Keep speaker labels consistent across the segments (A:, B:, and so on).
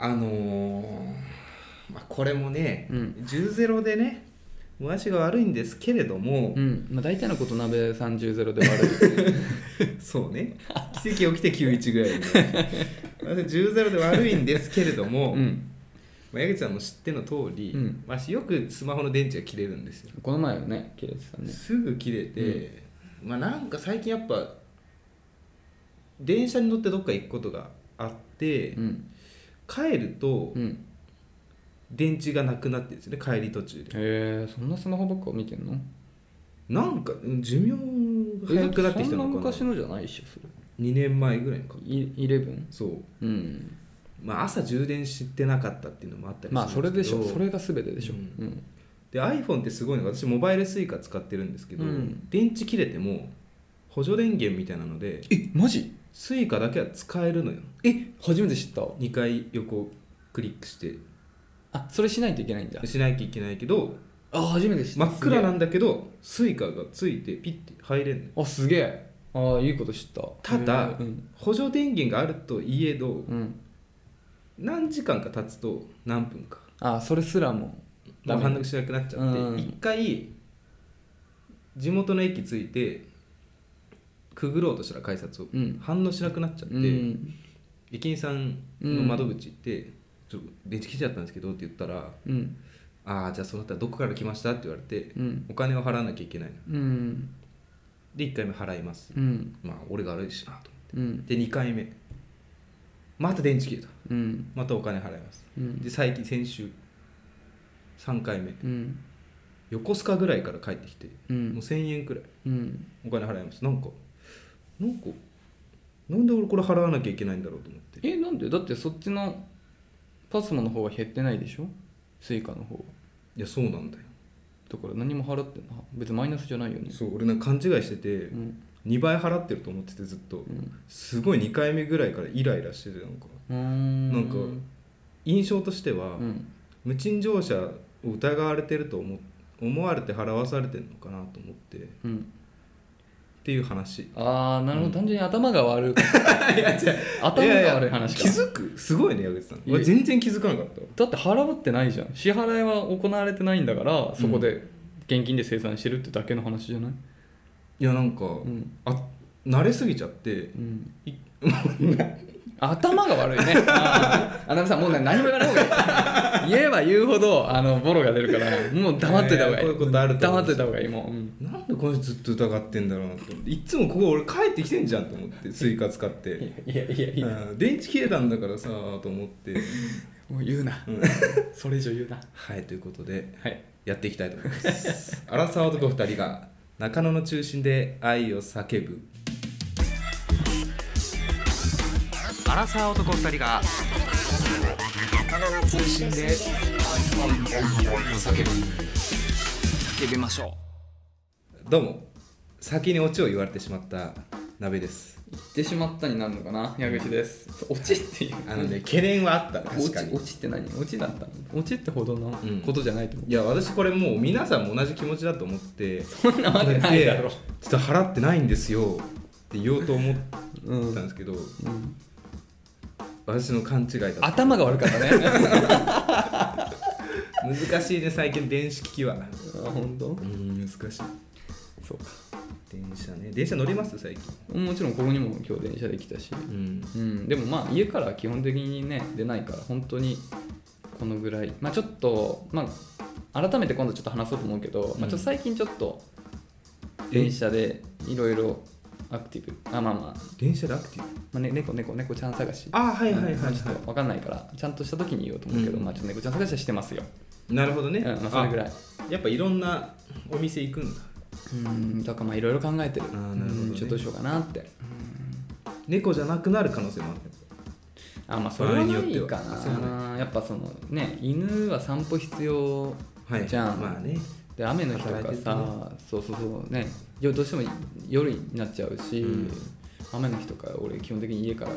A: のーまあ、これもね、
B: うん
A: 10ゼロでねもやしが悪いんですけれども
B: う、ん、まあ、大体のこと鍋30ゼロで悪いですね
A: そうね奇跡起きて91ぐらいで、ね、10ゼロで悪いんですけれども、
B: うん
A: まあ、矢口さんも知っての通り、
B: うん
A: まあ、よくスマホの電池が切れるんですよ
B: この前はね切れてたね
A: すぐ切れて、まあなんか最近やっぱ電車に乗ってどっか行くことがあって、
B: うん
A: 帰ると
B: うん
A: 電池がなくなってるんですよね帰り途中で
B: へえそんなスマホばっか見てんの
A: なんかうん寿命が
B: え
A: 早くなってきたの
B: そんな
A: かな
B: 昔のじゃないっしょそれ
A: 2年前ぐらいか
B: イレブン
A: そう
B: うん
A: まあ朝充電してなかったっていうのもあったり
B: まあ
A: す
B: そ
A: る
B: れ
A: ん
B: で
A: で
B: し
A: すけど
B: ょそれが全てでしょ
A: う
B: うんん
A: で iPhone ってすごいのが私モバイル Suica 使ってるんですけど、
B: うん
A: 電池切れても補助電源みたいなので
B: えマジ
A: Suica だけは使えるのよ
B: え初めて知った
A: 2回横クリックして
B: あそれしないといけないんだ
A: しないといけないけど
B: あ初めて知っ
A: 真
B: た
A: っ暗なん
B: だ
A: だけど Suica がついてピッて入れんのよ
B: あすげえああいいこと知った
A: ただ
B: へえうん
A: 補助電源があるといえど
B: うん
A: 何時間か経つと何分か
B: あそれすらも
A: 分
B: ダメ
A: かんなくしなくなっちゃって
B: うん
A: 一回地元の駅着いてくぐろうとしたら改札を
B: うん
A: 反応しなくなっちゃって、
B: うん
A: 駅員さんの窓口行って「ちょっと電池切れちゃったんですけど」って言ったら
B: うん
A: 「ああじゃあそうなったらどこから来ました?」って言われて
B: うん
A: お金を払わなきゃいけないの
B: うん
A: で1回目払います
B: うん
A: まあ俺が悪いしなと
B: うん
A: で2回目また電池切れた
B: うん
A: またお金払います
B: うん
A: で最近先週3回目
B: うん
A: 横須賀ぐらいから帰ってきて
B: う
A: もうん1000円くらい
B: うん
A: お金払いますなんかなんかなんで俺これ払わなきゃいけないんだろうと思って
B: えなんでだってそっちのパスモの方は減ってないでしょスイカの方はい
A: やそうなんだよ
B: だから何も払ってな別にマイナスじゃないよね
A: そう俺なんか勘違いしてて
B: うん
A: 2倍払ってると思っててずっと
B: うん
A: すごい2回目ぐらいからイライラしててなんか
B: うーん
A: なんか印象としては
B: うん
A: 無賃乗車を疑われてると思思われて払わされてるのかなと思ってっ
B: うん
A: ていう話
B: ああなるほど、
A: うん
B: 単純に頭が 悪い頭
A: いやい
B: が
A: や
B: 悪い話か
A: 気づくすごいね矢口さん
B: いや
A: 俺全然気づかなかったわ
B: だって払ってないじゃん支払いは行われてないんだからそこで現金で生産してるってだけの話じゃない
A: いやなんか、
B: うん、
A: あ慣れすぎちゃって
B: うん、
A: い
B: 頭が悪いねあーあなたさんもう何も言わない方がいい言えば言うほどあのボロが出るからもう黙っといた方がい
A: いやいや
B: い
A: こういうことあると思
B: 黙
A: う
B: っといた方がいいもう、うん
A: なんでこの人ずっと疑ってんだろうなと思っていっつもここ俺帰ってきてんじゃんと思ってスイカ使って
B: いやいやいや
A: うん電池切れたんだからさと思って
B: もう言うな、それ以上言うな
A: はいということで
B: はい
A: やっていきたいと思います 荒沢男2人が中野の中心で愛を叫ぶ荒沢男2人が中心で愛を叫ぶ
B: 叫びましょ
A: どうも先にオチを言われてしまった鍋です
B: う言ってしまったになるのかな矢口です落ちっていう
A: あのね懸念はあった
B: 落
A: 確
B: ち
A: かに
B: 落ちって何落ちだったの落ちってほどのことじゃないと思う、
A: いや私これもう皆さんも同じ気持ちだと思って
B: そんなわけないだろ
A: でちょっと払ってないんですよって言おうと思って
B: う
A: たん
B: ん、
A: ですけど、
B: うん、
A: 私の勘違いだった
B: 頭が悪かったね
A: 難しいね最近電子機器はう
B: あ本当
A: ん難しい
B: そうか
A: 電車ね電車乗ります最近
B: もちろんここにも今日電車で来たし、
A: うん
B: うん、でもまあ家からは基本的にね出ないから本当にこのぐらいまあちょっとまあ改めて今度ちょっと話そうと思うけど、まあちょっと最近ちょっと電車でいろいろアクティブあまあまあ、
A: 電車でアクティブ
B: まあね、猫猫猫ちゃん探し
A: あはいはいはい
B: ま
A: は
B: あ
A: い、
B: ちょっとわかんないからちゃんとした時に言おうと思うけど、
A: うん
B: まあちょっと猫ちゃん探しはしてますよ、
A: なるほどね、
B: うんまあ、それぐらい
A: あやっぱいろんなお店行くんだ
B: うんとかまあいろいろ考えてる
A: あーなるほどね
B: うんちょっとどうしようかなって
A: 猫じゃなくなる可能性もある
B: あまあそれは
A: 場
B: な
A: 合に
B: い
A: よって
B: か
A: は
B: な
A: そう
B: やっぱそのね犬は散歩必要
A: はい
B: じゃあ
A: まあね
B: で雨の日とか
A: 働いてる
B: さ、
A: と
B: そうそうそうねよどうしても夜になっちゃうし、
A: うん
B: 雨の日とか俺基本的に家から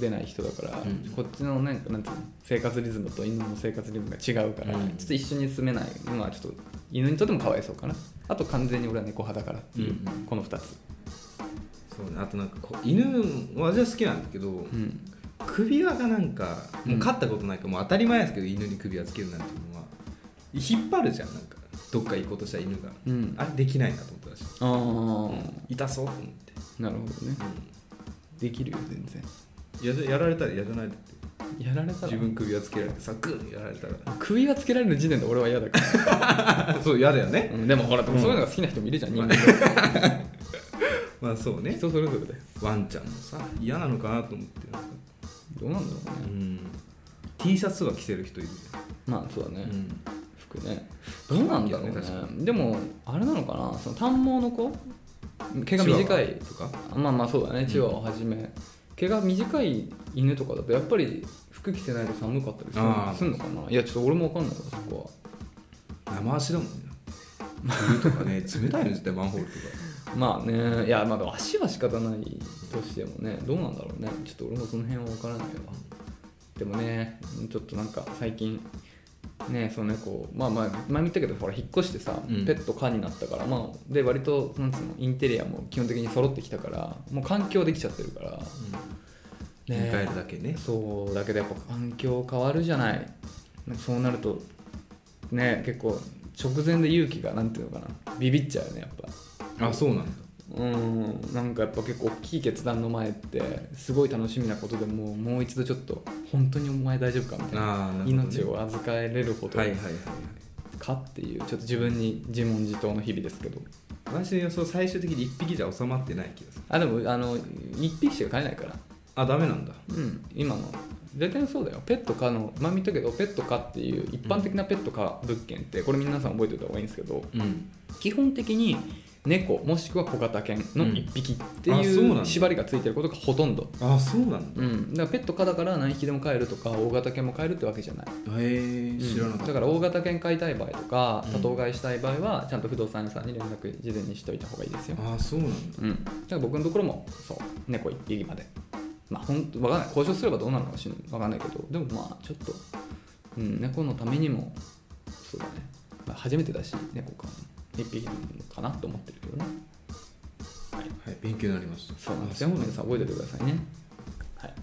B: 出ない人だから、
A: うん
B: こっちのなんかなんていうの生活リズムと犬の生活リズムが違うから、
A: うん
B: ちょっと一緒に住めないのはちょっと犬にとってもかわいそうかなあと完全に俺は猫派だからっていう、
A: うんうん
B: この2つ、
A: そうねあとなんかこう犬も私は好きなんだけど、
B: うん、
A: 首輪がなんか
B: うん
A: もう勝ったことないから、もう当たり前ですけど犬に首輪つけるなんていうのは引っ張るじゃんなんかどっか行こうとしたら犬が
B: うんあ
A: あれできないなと思ったらしい
B: あ
A: 痛そうと思って、
B: ーなるほどねできるよ全然
A: うん、ややられたら嫌じゃないだって
B: やられたら
A: 自分首輪つけられてさグーンやられたら
B: 首輪つけられる時点で俺は嫌だから、
A: そう嫌だよね
B: うんでもほら、
A: うん
B: そういうのが好きな人もいるじゃん人間
A: まあそうね
B: 人それぞれだよ
A: ワンちゃんもさ嫌なのかなと思ってなんか
B: どうなんだろう
A: う
B: ね、
A: ん T シャツは着せる人いるじ
B: まあそうだね
A: ゃん、、うん
B: 服ねどうなんだろうね
A: 確か
B: でもあれなのかなその短毛の子毛が短い
A: とか
B: まあまあそうだねチワワはじめ、毛が短い犬とかだとやっぱり服着てないと寒かったりする
A: あー
B: すんのかないやちょっと俺も分かんないからそこ
A: 生足だも んね冬とかね冷たいの絶対マンホールとか
B: はまあねいやまあでも足は仕方ないとしてもねどうなんだろうねちょっと俺もその辺は分からないわでもねちょっとなんか最近ねその猫まあまあ前も言ったけどほら引っ越してさ、
A: うん
B: ペット可になったからまあで割となんつうのインテリアも基本的に揃ってきたからもう環境できちゃってるからね
A: うん迎えるだけね
B: そうだけどやっぱ環境変わるじゃないそうなるとね結構直前で勇気がなんていうのかなビビっちゃうよねやっぱ
A: あそうなんだ
B: うんなんかやっぱ結構大きい決断の前ってすごい楽しみなことでもうもう一度ちょっと本当にお前大丈夫かみたいな
A: ああ
B: 命を預かれるほど
A: はいはいはいはい
B: かっていうちょっと自分に自問自答の日々ですけど
A: 私の予想最終的に1匹じゃ収まってない気がする
B: あでもあの1匹しか飼えないから
A: あダメなんだ
B: うん今の絶対そうだよペット可のまあ見たけどペット可っていう一般的なペット可物件ってこれ皆さん覚えておいた方がいいんですけど
A: うん
B: 基本的に猫もしくは小型犬の1匹って
A: うんあそうなん
B: い
A: だ
B: う縛りがついてることがほとんど
A: あそうなんだ
B: うん、だからペット可だから何匹でも飼えるとか大型犬も飼えるってわけじゃない、
A: へえ知らなか
B: うん
A: っ
B: だ
A: た
B: から大型犬飼いたい場合とか
A: うん
B: 多頭飼いしたい場合はちゃんと不動産屋さんに連絡事前にしておいた方がいいですよ、
A: あそうなんだ
B: うん、だから僕のところもそう猫1匹までまあほんとわかんない交渉すればどうなるかもしれないわかんないけどでもまあちょっと、うん、猫のためにもそうだね、まあ、初めてだし猫か1匹かなと思ってるけどね
A: はい勉強になりました
B: そうなんですよ
A: あそう
B: 皆さん覚えておいてくださいねはい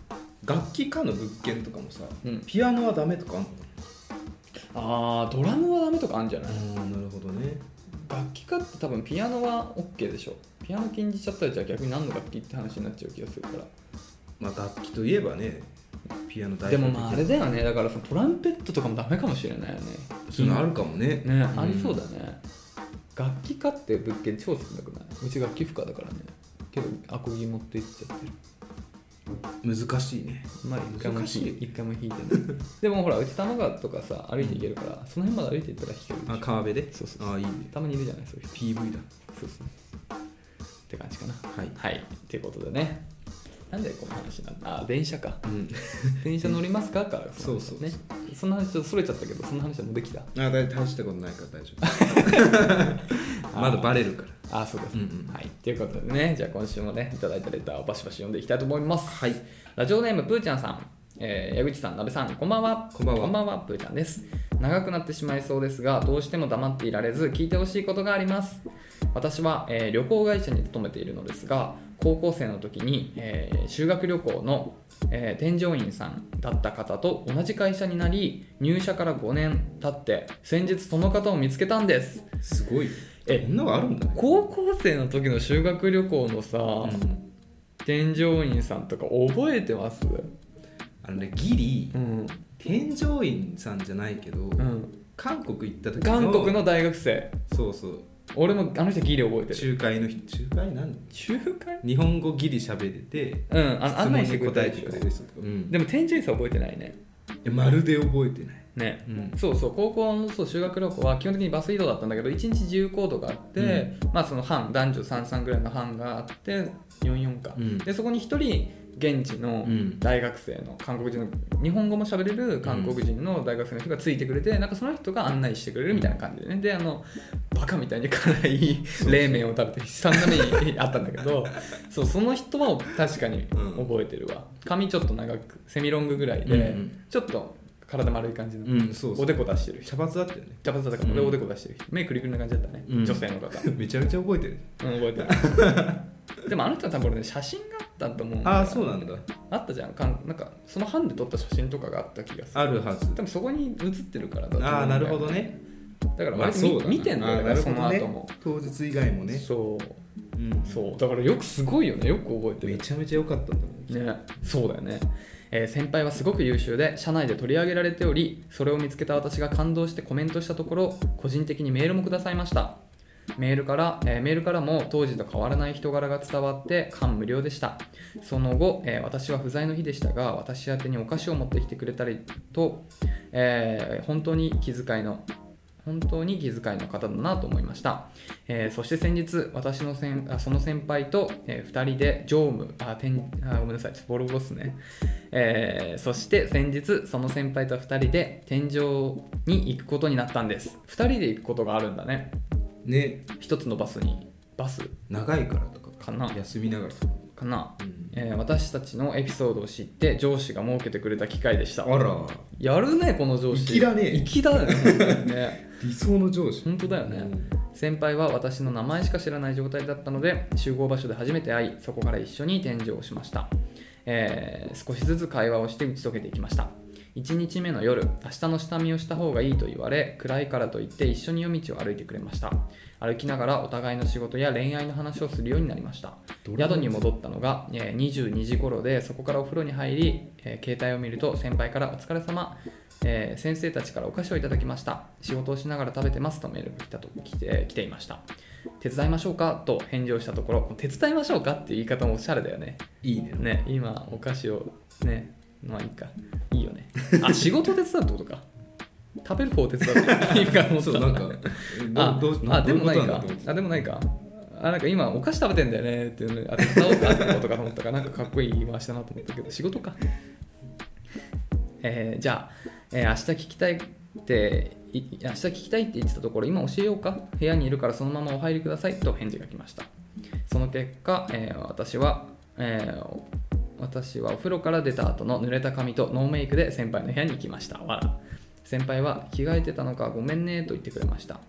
A: 楽器科の物件とかもさ
B: うん
A: ピアノはダメとかあんの
B: あードラムはダメとかあるんじゃない
A: ああなるほどね
B: 楽器かって多分ピアノは OK でしょピアノ禁じちゃったらじゃあ逆に何の楽器って話になっちゃう気がするから
A: まあ楽器といえばねピアノ大
B: で
A: 表的
B: もまああれだよねだからそのトランペットとかもダメかもしれないよね
A: そういうのあるかもね
B: ね、
A: ん
B: ありそうだね楽器かって物件超少なくないうち楽器不可だからねけどアコギ持って行っちゃってる
A: 難しいね
B: まあ一回も弾
A: 難しい
B: い一回も 弾いてないでもほらうち多摩川とかさ歩いて行けるから、その辺まで歩いて行ったら弾けるでしょ
A: あ川辺で
B: そうそうそう
A: ああいいね
B: たまにいるじゃないそういう人
A: PV だ
B: そうそうって感じかな
A: はい
B: はい、ということでね。なんでこの話なんだあ、電車 か。
A: うん
B: 電車乗りますかから
A: そうそう
B: ね。そんな話ちょっとそれちゃったけど、そんな話はもうできた。
A: あ大大したことないから大丈 夫まだバレるから
B: あ、そうかそうか
A: うんうん
B: はい、ということでね、じゃあ今週もね、いただいたレターをバシバシ読んでいきたいと思います。
A: はい
B: ラジオネームプーちゃんさん、えー矢口さん、なべさん、こんばんは。
A: こんばんは
B: こんばんは、プーちゃんです。長くなってしまいそうですが、どうしても黙っていられず、聞いてほしいことがあります。私は、えー旅行会社に勤めているのですが、高校生の時に、えー修学旅行の、えー添乗員さんだった方と同じ会社になり、入社から5年経って、先日その方を見つけたんです。
A: すごい
B: え
A: こんなのあるんだね
B: 高校生の時の修学旅行のさ、
A: うん
B: 添乗員さんとか覚えてます
A: あのねギリ
B: うん、
A: 添乗員さんじゃないけど
B: うん、
A: 韓国行った時
B: 韓国の大学生
A: そうそう
B: 俺もあの人ギリ覚えてる
A: 仲介の人仲介なんだ
B: 中間
A: 日本語ギリ喋ってて
B: うんあ
A: 質
B: 案
A: 問
B: 内して
A: に
B: くれ
A: 答
B: た
A: え
B: で
A: て
B: し
A: く
B: ょ
A: れる人とかうん
B: でも添乗員さん覚えてないね
A: いやまるで覚えてない
B: ね
A: うん
B: そうそう高校のそう修学旅行は基本的にバス移動だったんだけど1日自由行動があって、
A: う
B: まあその班男女33ぐらいの班があって44か、
A: うん
B: でそこに1人現地の
A: うん
B: 大学生の韓国人の日本語も喋れる韓国人の大学生の人がついてくれて、なんかその人が案内してくれるみたいな感じでねであのバカみたいに辛い
A: そう
B: 冷麺を食べて悲惨な目にあったんだけ どそうその人は確かに
A: うん
B: 覚えてるわ髪ちょっと長くセミロングぐらいで、
A: うんうん
B: ちょっと体丸い感じの、
A: うんそうそ
B: お
A: う
B: でこ出してる人
A: 茶髪だった よね
B: 茶髪だったから
A: うん
B: 俺 おでこ出してる人、目くりくりな感じだったね、
A: うん
B: 女性の方うん覚
A: めちゃめちゃ覚えてる
B: えてるでもあの人は多分俺ね写真があったと思うんだよ
A: ああそうなんだ
B: あったじゃんかんなんかその班で撮った写真とかがあった気がする
A: あるはず
B: 多分そこに写ってるからだと思うんだよ
A: ああなるほどね
B: だから
A: まあ
B: 割と
A: そう
B: 見,、
A: だな
B: 見てんだよ
A: あー
B: ね
A: なる
B: そ
A: ほ
B: の
A: ど
B: 後も
A: ね、当日以外もね
B: そう
A: うん
B: そうだからよくすごいよねよく覚えてる
A: めちゃめちゃ良かったんだもん
B: ね、そうだよね、えー先輩はすごく優秀で社内で取り上げられておりそれを見つけた私が感動してコメントしたところ個人的にメールもくださいましたメールから、えーメールからも当時と変わらない人柄が伝わって感無量でしたその後、えー私は不在の日でしたが私宛てにお菓子を持ってきてくれたりと、えー本当に気遣いの本当に気遣いの方だなと思いました、えーそして先日私のせんあその先輩と、え2人で常務あてんあごめんなさいちょっとボロボロっすね、えーそして先日その先輩と2人で天井に行くことになったんです2人で行くことがあるんだね
A: ね
B: 1つのバスにバス
A: 長いからとか
B: かな
A: 休みながら
B: かな、
A: うん
B: えー私たちのエピソードを知って上司が設けてくれた機会でした
A: あら
B: やるねこの上司
A: 粋だね
B: 粋だよね本当にね
A: 理想の上司
B: 本当だよね、
A: うん
B: 先輩は私の名前しか知らない状態だったので集合場所で初めて会いそこから一緒に天井をしました、えー少しずつ会話をして打ち解けていきました1日目の夜明日の下見をした方がいいと言われ暗いからといって一緒に夜道を歩いてくれました歩きながらお互いの仕事や恋愛の話をするようになりました
A: ど
B: 宿
A: れ
B: に戻ったのがえー22時頃でそこからお風呂に入りえー携帯を見ると先輩から「お疲れ様えー先生たちからお菓子をいただきました仕事をしながら食べてますとメールが来たと来て来ていました手伝いましょうかと返事をしたところ手伝いましょうかっていう言い方もおしゃれだよね
A: いいね
B: ね今お菓子をねまあいいかいいよねあ仕事手伝うってことか食べる方を手伝うっていいか も
A: そうなんか
B: あ
A: どうどう
B: あでもない
A: どうう
B: か
A: ことんだと思って
B: あでもないかあなんか今お菓子食べてんだよねっていうのにあ手伝おうかってことかと思ったからなんかかっこいい言い回しだなと思ったけど仕事かえーじゃあ、えー明日聞きたいってい明日聞きたいって言ってたところ今教えようか部屋にいるからそのままお入りくださいと返事が来ましたその結果、えー私は、えー私はお風呂から出た後の濡れた髪とノーメイクで先輩の部屋に行きましたわら先輩は着替えてたのかごめんねと言ってくれました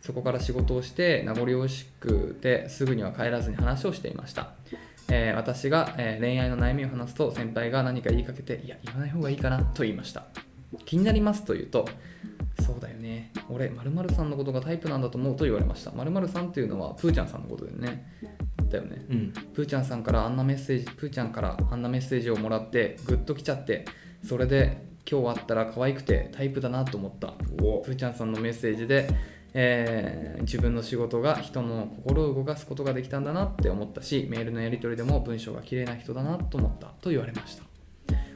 B: そこから仕事をして名残惜しくてすぐには帰らずに話をしていました、えー私が、えー恋愛の悩みを話すと先輩が何か言いかけていや言わない方がいいかなと言いました気になりますと言うとそうだよね俺〇〇さんのことがタイプなんだと思うと言われました〇〇さんっていうのはプーちゃんさんのことだよねだよね
A: うん
B: プーちゃんさんからあんなメッセージプーちゃんからあんなメッセージをもらってグッときちゃってそれで今日会ったら可愛くてタイプだなと思った
A: お
B: プーちゃんさんのメッセージで、えー自分の仕事が人の心を動かすことができたんだなって思ったしメールのやり取りでも文章が綺麗な人だなと思ったと言われました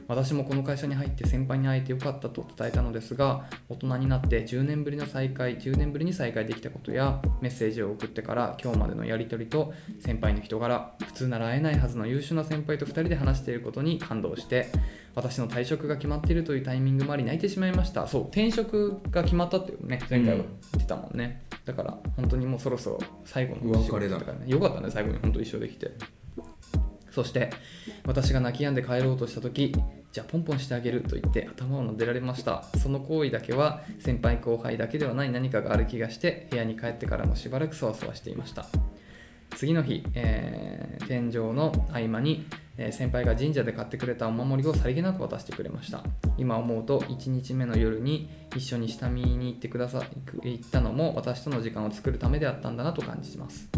B: 私もこの会社に入って先輩に会えてよかったと伝えたのですが大人になって10年ぶりの再会10年ぶりに再会できたことやメッセージを送ってから今日までのやり取りと先輩の人柄普通なら会えないはずの優秀な先輩と2人で話していることに感動して私の退職が決まっているというタイミングもあり泣いてしまいましたそう転職が決まったっていうね前回は言ってたもんね、だから本当にもうそろそろ最後の
A: お別れだ
B: 仕事からねよかったね最後に本当一緒できてそして私が泣き止んで帰ろうとした時じゃあポンポンしてあげると言って頭を撫でられましたその行為だけは先輩後輩だけではない何かがある気がして部屋に帰ってからもしばらくそわそわしていました次の日、えー天井の合間に、えー先輩が神社で買ってくれたお守りをさりげなく渡してくれました今思うと1日目の夜に一緒に下見に行ってくださ行く行ったのも私との時間を作るためであったんだなと感じます、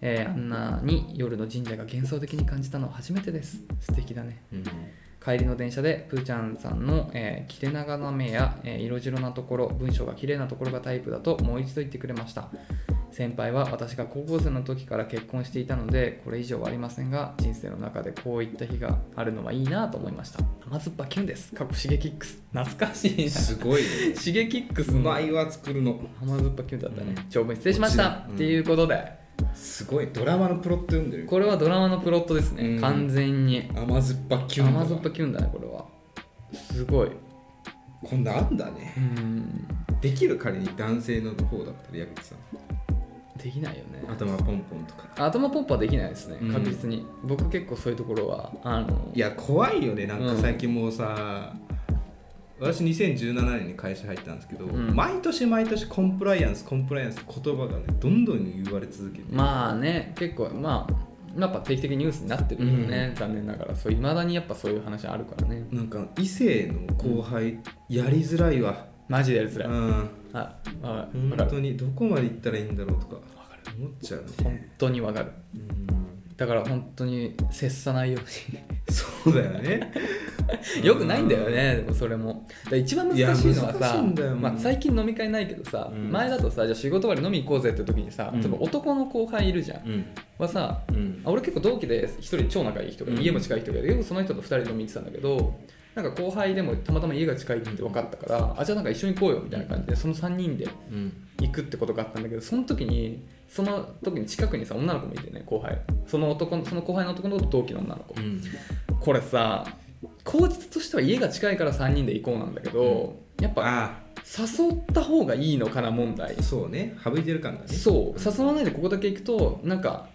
B: えーあんなに夜の神社が幻想的に感じたのは初めてです素敵だね
A: うん
B: 帰りの電車でプーちゃんさんの、えー切れ長な目や、えー色白なところ文章が綺麗なところがタイプだともう一度言ってくれました先輩は私が高校生の時から結婚していたのでこれ以上はありませんが人生の中でこういった日があるのはいいなと思いました甘酸っぱキュンです過去シゲキックス懐かしいな
A: すごいね
B: シゲキックス
A: う
B: の
A: まいわ作るの
B: 甘酸っぱキュンだったね、
A: うん
B: 長文失礼しました、
A: うん
B: っていうことです
A: ごいドラマのプロット読んでる
B: これはドラマのプロットですね、
A: うん
B: 完全に
A: 甘酸っぱキュンだわ
B: 甘酸っぱキュンだねこれはすごい
A: こんなあんだね
B: うん
A: できる仮に男性の方だったら矢口さん
B: できないよね
A: 頭ポンポンとか
B: 頭ポンプはできないですね
A: うん
B: 確実に、僕結構そういうところはあの
A: いや怖いよねなん
B: う
A: か
B: ん
A: 最近もうさ、私2017年に会社入ったんですけど、
B: うん
A: 毎年毎年コンプライアンスコンプライアンスって言葉がねどんどん言われ続けて、
B: まあね結構まあやっぱ定期的にニュースになってるよね、
A: うん
B: 残念ながらそういまだにやっぱそういう話あるからね
A: なんか異性の後輩やりづらいわ
B: マジでやり
A: う
B: づらい、
A: ん
B: ああ
A: 本
B: わかる
A: 当にどこまで行ったらいいんだろうとか思っちゃう
B: 本
A: ね
B: 当にわかる
A: うん
B: だから本当に切さないよう
A: そうだよね
B: によくないんだよねでもそれもだから一番難しいのは
A: や難
B: い
A: しい
B: さ
A: んだよもう
B: まあ、最近飲み会ないけどさ、
A: うん
B: 前だとさじゃあ仕事終わり飲み行こうぜって時にさ、
A: うん
B: 例えば男の後輩いるじゃん、
A: うん
B: はさ
A: うん
B: あ俺結構同期で一人超仲いい人がいて
A: うん
B: 家も近い人がいてよくその人と二人で見てたんだけどなんか後輩でもたまたま家が近いって分かったからあじゃあなんか一緒に行こうよみたいな感じでその3人で
A: うん
B: 行くってことがあったんだけどその時にその時に近くにさ女の子もいてね後輩その男のその後輩の男の子と同期の女の子
A: うん
B: これさ口実としては家が近いから3人で行こうなんだけどやっぱ
A: あ
B: 誘った方がいいのかな問題
A: あそうね省いてる感がね
B: そう誘わないでここだけ行くとなんか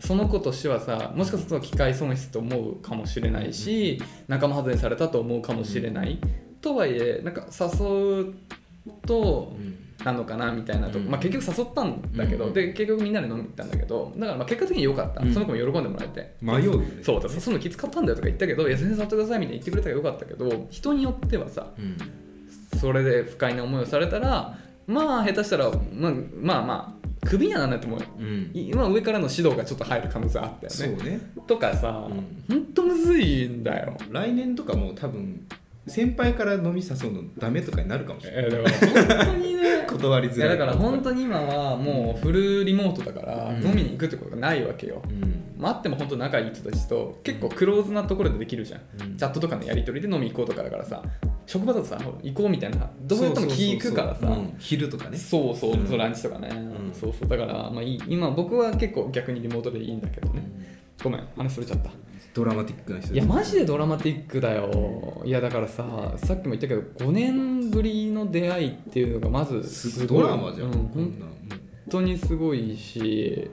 B: その子としてはさもしかすると機会損失と思うかもしれないし仲間外れにされたと思うかもしれない、とはいえなんか誘うと
A: うん
B: なのかなみたいなとこ、
A: うん
B: まあ、結局誘ったんだけど、
A: うん
B: で結局みんなで飲みに行ったんだけどだからまあ結果的に良かった、
A: うん
B: その子も喜んでもらえて
A: 迷うよね
B: そうだ誘うの気使ったんだよとか言ったけどいや全然誘ってくださいみたいに言ってくれたから良かったけど人によってはさ
A: うん
B: それで不快な思いをされたらまあ下手したら、まあ、まあまあクビにはなんないと思うよ
A: うん
B: 今上からの指導がちょっと入る可能性あった
A: そう
B: よね
A: ね
B: とかさ、
A: うん
B: ほんとむずいんだよ
A: 来年とかもう多分先輩から飲み誘うのダメとかになるかもしれない
B: えだから本当 にね
A: 断りづ
B: い
A: ら
B: や
A: い
B: だから本当に今はもうフルリモートだから
A: うん
B: 飲みに行くってことがないわけよ、
A: うん
B: まあ、会っても本当仲いい人たちと結構クローズなところでできるじゃん、
A: うん
B: チャットとかのやり取りで飲み行こうとかだからさ職場だとさ行こうみたいなどうやっても気行くから
A: そう
B: さ
A: そうそううん昼とかね
B: そうそう、
A: うん
B: そうランチとかね、
A: ん
B: そうそうだから、まあ、いい今僕は結構逆にリモートでいいんだけどね、ごめん話それちゃった
A: ドラマティックな人
B: いやマジでドラマティックだよいやだからささっきも言ったけど5年ぶりの出会いっていうのがまず
A: す
B: すご
A: ご
B: い
A: いドラマじゃん、
B: うん
A: こん
B: 本
A: なんもう
B: 当にすごいし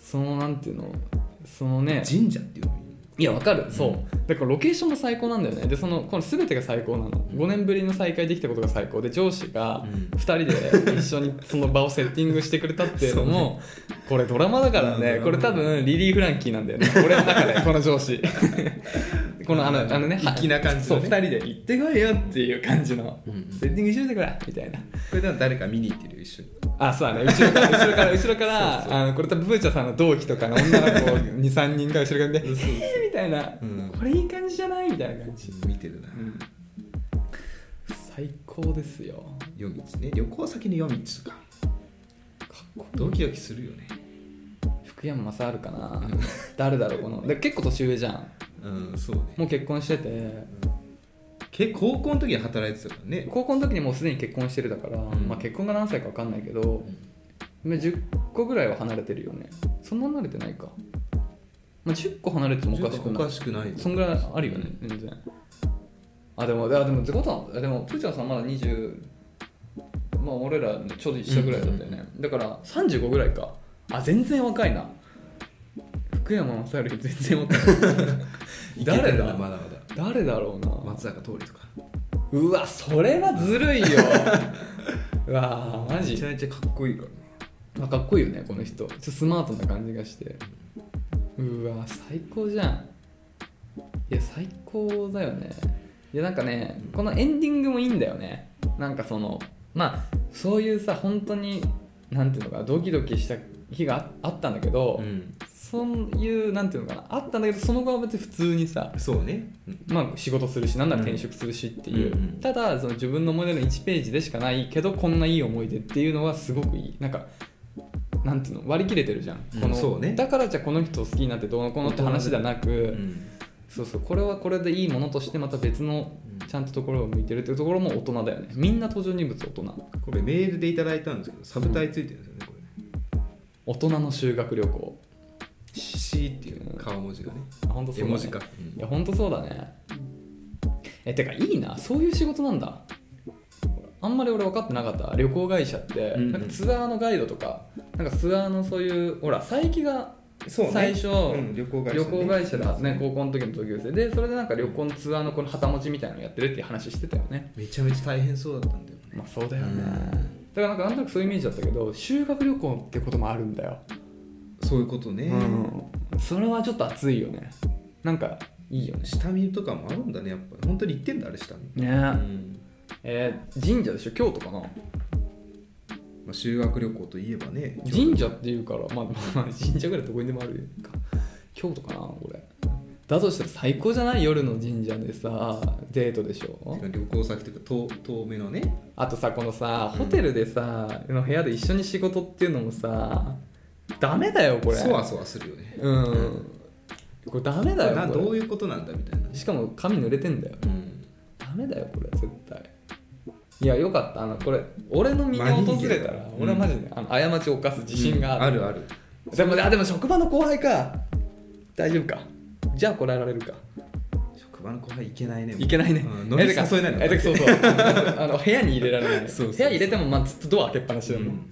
B: そのなんていうのそのね
A: 神社っていうの
B: いやわかるそうだからロケーションも最高なんだよねでそのこの全てが最高なの5年ぶりの再会できたことが最高で上司が
A: うん
B: 2人で一緒にその場をセッティングしてくれたっていうの もこれドラマだからね
A: うん
B: これ多分リリー・フランキーなんだよね俺の中でこの上 司このあのあのね
A: 粋な感じ
B: そ
A: の
B: う
A: ね
B: 2人で行ってこいよっていう感じの
A: うん
B: セッティングしといてくれみたいな
A: これでも誰か見に行ってるよ一緒に
B: あそうだね後ろから後 ろから後ろから
A: そうそう
B: あのこれ多分ブーチャさんの同期とかの女の子23人が後ろからで
A: そうそう
B: 「みたいな、
A: うん
B: これいい感じじゃないみたいな感じ、
A: 見てるな、
B: 最高ですよ
A: 夜道ね旅行先の夜道とか
B: かっこいい
A: ドキドキするよね
B: 福山雅治かな誰だろうこので結構年上じゃん
A: うんそうね
B: もう結婚してて
A: け高校の時に働いてたからね
B: 高校の時にもうすでに結婚してるだから、
A: ん
B: まあ、結婚が何歳か分かんないけど、まあ10個ぐらいは離れてるよねそんな離れてないか、まあ、10個離れてもおかしく
A: お
B: ない
A: かしくない
B: そんぐらいあるよね全然あでもあでもってことはでもプーチャーさんまだ20まあ俺らちょうど一緒ぐらいだったよね、だから35ぐらいかあ全然若いな福山雅治より全然若い
A: 誰
B: 誰
A: だ
B: だ
A: まだまだ
B: 誰だろうな
A: 松坂桃李とか
B: うわそれはずるいよ うわマ
A: め
B: ジ
A: ちゃめちゃかっこいいからね
B: まあ、かっこいいよねこの人ちょっとスマートな感じがしてうわ最高じゃんいや最高だよねいやなんかねこのエンディングもいいんだよねなんかそのまあそういうさ本当になんていうのかなドキドキした日がああったんだけど、
A: ん
B: そういうなんていうのかなあったんだけどその後は別に普通にさ
A: そうね、うん
B: まあ、仕事するしなんなら転職するしっていう、
A: うんうん
B: ただその自分の思い出の1ページでしかないけどこんないい思い出っていうのはすごくいいなんかなんていうの割り切れてるじゃん
A: うん
B: この、
A: そうね
B: だからじゃあこの人を好きになってどうのこうのって話じゃなく、
A: うん
B: そうそうこれはこれでいいものとしてまた別の
A: うん
B: ちゃんとところを向いてるっていうところも大人だよねみんな登場人物大人
A: これメールでいただいたんですけどサブタイついてるんですよねこれね
B: 大人の修学旅行
A: C っていう顔文字がね
B: あ本当そう
A: 絵
B: だ、ね、
A: 文字か、
B: いやほんとそうだねえてかいいなそういう仕事なんだあんまり俺分かってなかった旅行会社って、
A: うんうん
B: なんかツアーのガイドとかなんかツアーのそういうほら佐伯が
A: そうね
B: 最初、
A: うん旅行会社
B: 旅
A: ね
B: 行会社だね高校の時の同級生でそれでなんか旅行のツアーのこの旗持ちみたいなのやってるっていう話してたよね
A: めちゃめちゃ大変そうだったんだよね
B: まあそうだよ
A: よ
B: ね
A: ね
B: だからなんかなんとなくそういうイメージだったけど修学旅行ってこともあるんだよ
A: そういうことね、
B: うん、それはちょっと熱いよねなんかいいよね
A: 下見とかもあるんだねやっぱ本当に行ってんだあれ下見、
B: ね
A: うん
B: えー神社でしょ京都かな
A: まあ、修学旅行といえばね
B: 神社っていうからまあ、まあ、神社ぐらいどこにでもあるか京都かなこれだとしたら最高じゃない夜の神社でさデートでしょ
A: 旅行先というか遠遠めのね
B: あとさこのさホテルでさの部屋で一緒に仕事っていうのもさダメだよこれ
A: そわそわするよね
B: うんこれダメだよ
A: な
B: これ
A: どういうことなんだみたいな、
B: しかも髪濡れてんだよ
A: うん、
B: ダメだよこれ絶対いやよかったあのこれ俺の身に訪れたら
A: まあいいけど
B: 俺はマジで、あの過ちを犯す自信がある,、
A: うんあるある
B: でもあでも職場の後輩か大丈夫かじゃあこらえられるか
A: 職場の後輩いけないね
B: いけないね、
A: うん飲み
B: だから
A: 誘えないの
B: だから そうそうあの部屋に入れられない
A: そうそうそう
B: 部屋入れても、まあ、ずっとドア開けっぱなしだ
A: う
B: もん、
A: ん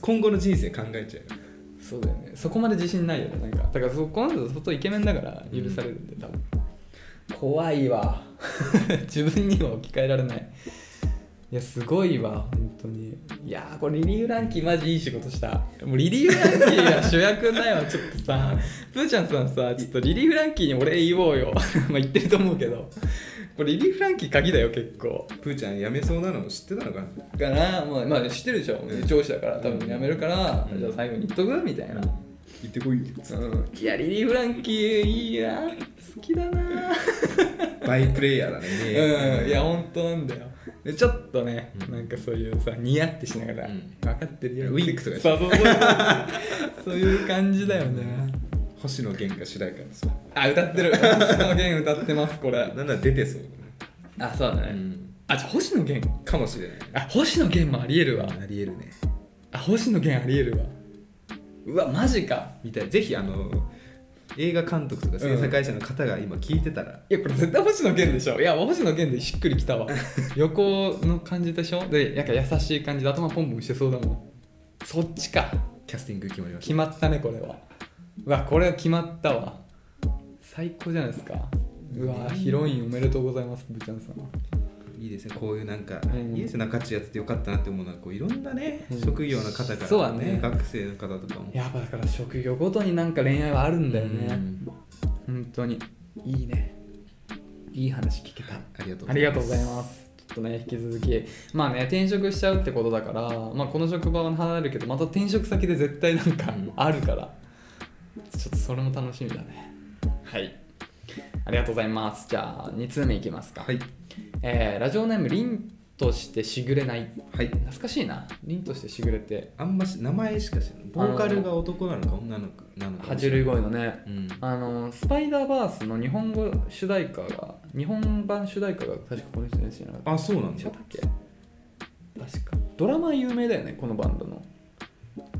A: 今後の人生考えちゃうよ
B: そうだよねそこまで自信ないよねなんかだからそこの人相当イケメンだから許されるんで多分、怖いわ 自分には置き換えられないいやすごいわ本当にいやーこれリリー・フランキーマジいい仕事したもうリリー・フランキーが主役だよ ちょっとさプーちゃんさんさちょっとリリー・フランキーにお礼言おうよ まあ言ってると思うけどこれリリー・フランキー鍵だよ結構
A: プーちゃん辞めそうなの知ってたのかな
B: かなまあ、まあ、知ってるでしょ
A: うん
B: 上司だから多分辞めるから、
A: うん
B: じゃあ最後に言っとくみたいな、
A: 行ってこいよ
B: うんいやリリー・フランキーいいな好きだな
A: バイプレイヤーだね
B: うんいや本当なんだよでちょっとね、
A: うん
B: なんかそういうさニヤってしながら、
A: うん
B: 分かってるよ
A: ウィンクとか
B: そうそうそうそういう感じだよね
A: 星野源が主題歌でさ
B: あ歌ってる星野源歌ってますこれ
A: なんなら出てそう、
B: あそうだね、
A: うん
B: あじゃあ星野源
A: かもしれない
B: あ星野源もありえるわ
A: ありえるね
B: あ星野源ありえるわうわマジか
A: みたいぜひあの映画監督とか制作会社の方が今聞いてたら、
B: いやこれ絶対星野源でしょいや星野源でしっくりき たわ横の感じでしょでなんか優しい感じで頭ポンポンしてそうだもんそっちか
A: キャスティング決まりまし
B: 決まったねこれはうわこれは決まったわ最高じゃないですかうわヒロインおめでとうございますぶちゃんさん
A: たいいですねこういうなんか、
B: うん
A: いいですね中地やっててよかったなって思うのはこういろんなね、
B: うん
A: 職業の方から、
B: そうだね
A: 学生の方とかも
B: やっぱだから職業ごとになんか恋愛はあるんだよね、
A: うん
B: 本当にいいねいい話聞けた
A: ありがとう
B: ありがとうございます。ちょっとね、引き続き、まあね、転職しちゃうってことだから、まあ、この職場は離れるけど、また転職先で絶対なんか
A: うん
B: あるから、ちょっとそれも楽しみだね。はい。ありがとうございます。じゃあ、2通目いきますか。
A: はい
B: えーラジオネーム、凛としてしぐれない。
A: はい
B: 懐かしいな。凛としてしぐれて、
A: あんまし名前しか知らないボーカルが男なのか女なのかなのか
B: 爬虫類声のね、
A: うん
B: あのスパイダーバースの日本語主題歌が、日本版主題歌が確かこの人ですよね。
A: あそうなん
B: 違
A: だ
B: ったっけ確かドラマ有名だよねこのバンドの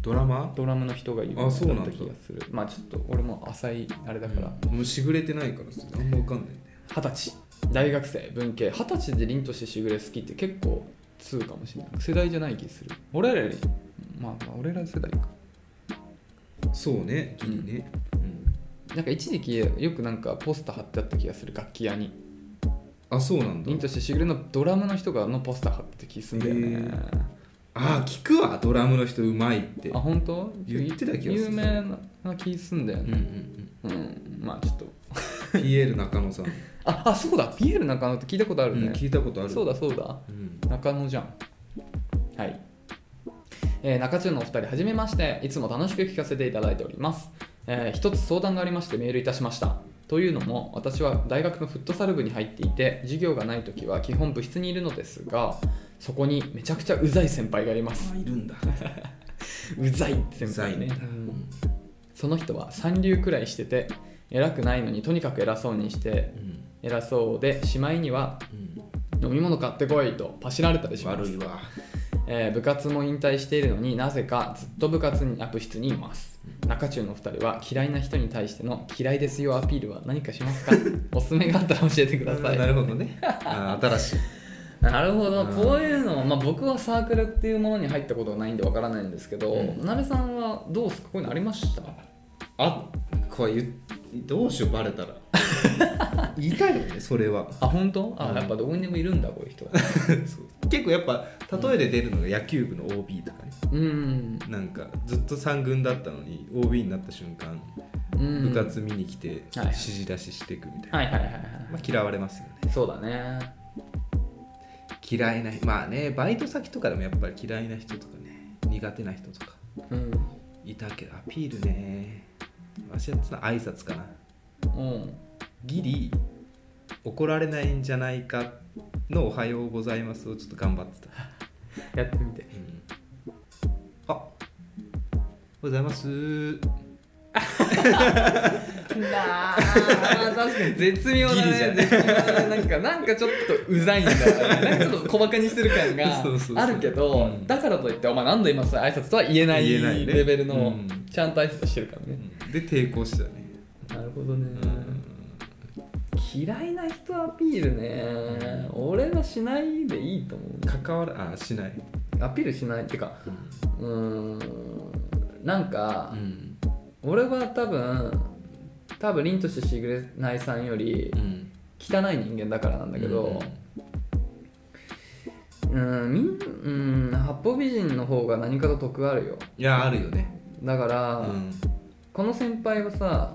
A: ドラマ
B: ドラムの人が有名だ
A: あ
B: っ
A: そうなんだ
B: た気がするまあちょっと俺も浅いあれだから
A: もうしぐれてないからさあんまわかんないんだよ
B: 二十歳大学生文系二十歳で凛としてしぐれ好きって結構通かもしれない世代じゃない気する俺らよりまあまあ俺ら世代か
A: そうねギリね、うん
B: なんか一時期よくなんかポスター貼ってあった気がする楽器屋に
A: あそうなんだ
B: 凛としてしぐれのドラムの人がのポスター貼ってた気するんだよね
A: ああ聞くわドラムの人うまいって
B: あ本当
A: 言ってた気がする
B: 有名な気すんだよ
A: うん
B: ね
A: うんうん
B: うん、まあちょっと
A: ピエール中野さん、
B: ああそうだピエール中野って聞いたことある
A: うん
B: ね、
A: 聞いたことある
B: そうだそうだ
A: うん
B: 中野じゃんはい、えー中中のお二人はじめましていつも楽しく聞かせていただいております、えー一つ相談がありましてメールいたしましたというのも私は大学のフットサル部に入っていて授業がない時は基本部室にいるのですがそこにめちゃくちゃうざい先輩がいます
A: いるんだ
B: うざい先輩ね、
A: うん
B: その人は三流くらいしてて偉くないのにとにかく偉そうにして
A: うん
B: 偉そうでしまいには飲み物買ってこいとパシられたりしま
A: 悪
B: す
A: いわ
B: えー部活も引退しているのになぜかずっと部活にアプ室にいます中中のお二人は嫌いな人に対しての嫌いですよアピールは何かし ますかおすすめがあったら教えてください
A: なるほどねあー新しい
B: なるほど
A: うん
B: こういうの、まあ、僕はサークルっていうものに入ったことがないんでわからないんですけど、
A: うん
B: なべさんはどうですかこういうのありました
A: あこれ言どうしようバレたら 言いたいよねそれは
B: あ本当あ、
A: うん
B: やっぱどこにでもいるんだこういう人
A: そう結構やっぱ例えで出るのが野球部の OB とかね、
B: うん
A: なんかずっと3軍だったのに OB になった瞬間
B: うん
A: 部活見に来て
B: はい
A: 指示出ししていくみたいな、
B: はいはいはいは
A: まあ、嫌われますよね
B: いそうだね
A: 嫌いなまあねバイト先とかでもやっぱり嫌いな人とかね苦手な人とか
B: うん
A: いたけどアピールねわしやってたのは挨拶かな
B: うん
A: ギリ怒られないんじゃないかの「おはようございます」をちょっと頑張ってた、
B: やってみて
A: うんあおはようございます
B: あー確かに絶妙だね
A: ギリじゃん
B: 絶妙だねなんかなんかちょっとうざいんだよねなんかちょっと小バカにしてる感
A: そうそうそう
B: があるけど
A: うん
B: だからといってお前何度今さ挨拶とは言えない
A: 言えないね
B: レベル
A: う
B: の
A: ん
B: ちゃんと挨拶してるからね
A: で抵抗してたね
B: なるほどね
A: うん
B: 嫌いな人アピールね俺はしないでいいと思う
A: 関わらあしない
B: アピールしないってかうーんなんか、
A: うん
B: 俺は多分多分凛としてしぐれないさんより
A: うん
B: 汚い人間だからなんだけどうーんみんうーん八方美人の方が何かと得あるよ
A: いやあるよね
B: だから、
A: うん
B: この先輩はさ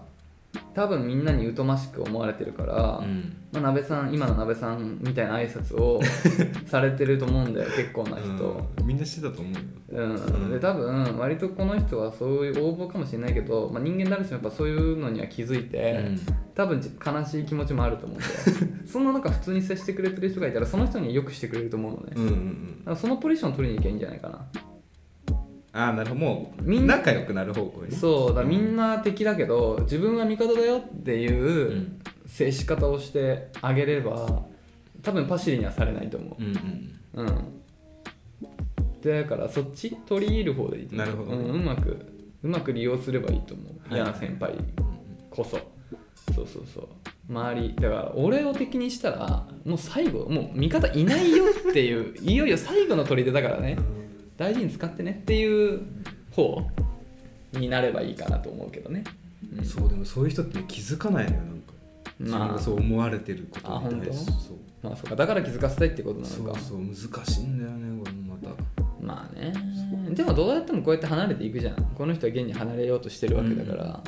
B: 多分みんなに疎ましく思われてるから、
A: うん
B: まあ、鍋さん今の鍋さんみたいな挨拶をされてると思うんだよ結構な人、
A: うんみんなしてたと思うよ
B: うん
A: ん
B: で多分割とこの人はそういう応募かもしれないけど、まあ、人間誰しもやっぱそういうのには気づいて、
A: うん
B: 多分じ悲しい気持ちもあると思うんだよそんな中普通に接してくれてる人がいたらその人にはよくしてくれると思うのね、だ
A: うんうんうん
B: からそのポジション取りに行けばいいんじゃないかな
A: ああなるほどもう
B: みんな
A: 仲良くなる方向に
B: そうだみんな敵だけど自分は味方だよって
A: う
B: いうん接し方をしてあげれば多分パシリにはされないと思
A: うんうん
B: ううんだからそっち取り入る方でいいと思う
A: なるほどね
B: うん、うまくうまく利用すればいいと思う
A: はい
B: 嫌な先輩こそ、そうそうそう周りだから俺を敵にしたらもう最後もう味方いないよっていう いよいよ最後の砦だからね大事に使ってねっていう方になればいいかなと思うけどね、うん
A: そうでもそういう人ってね気づかないのよなんか自分
B: ま
A: が
B: あ
A: そう思われてることに対して
B: あ
A: そう
B: まあそうかだから気づかせたいってことなの
A: そう
B: か
A: そう難しいんだよねこれもまた
B: まあねでもどうやってもこうやって離れていくじゃんこの人は現に離れようとしてるわけだから、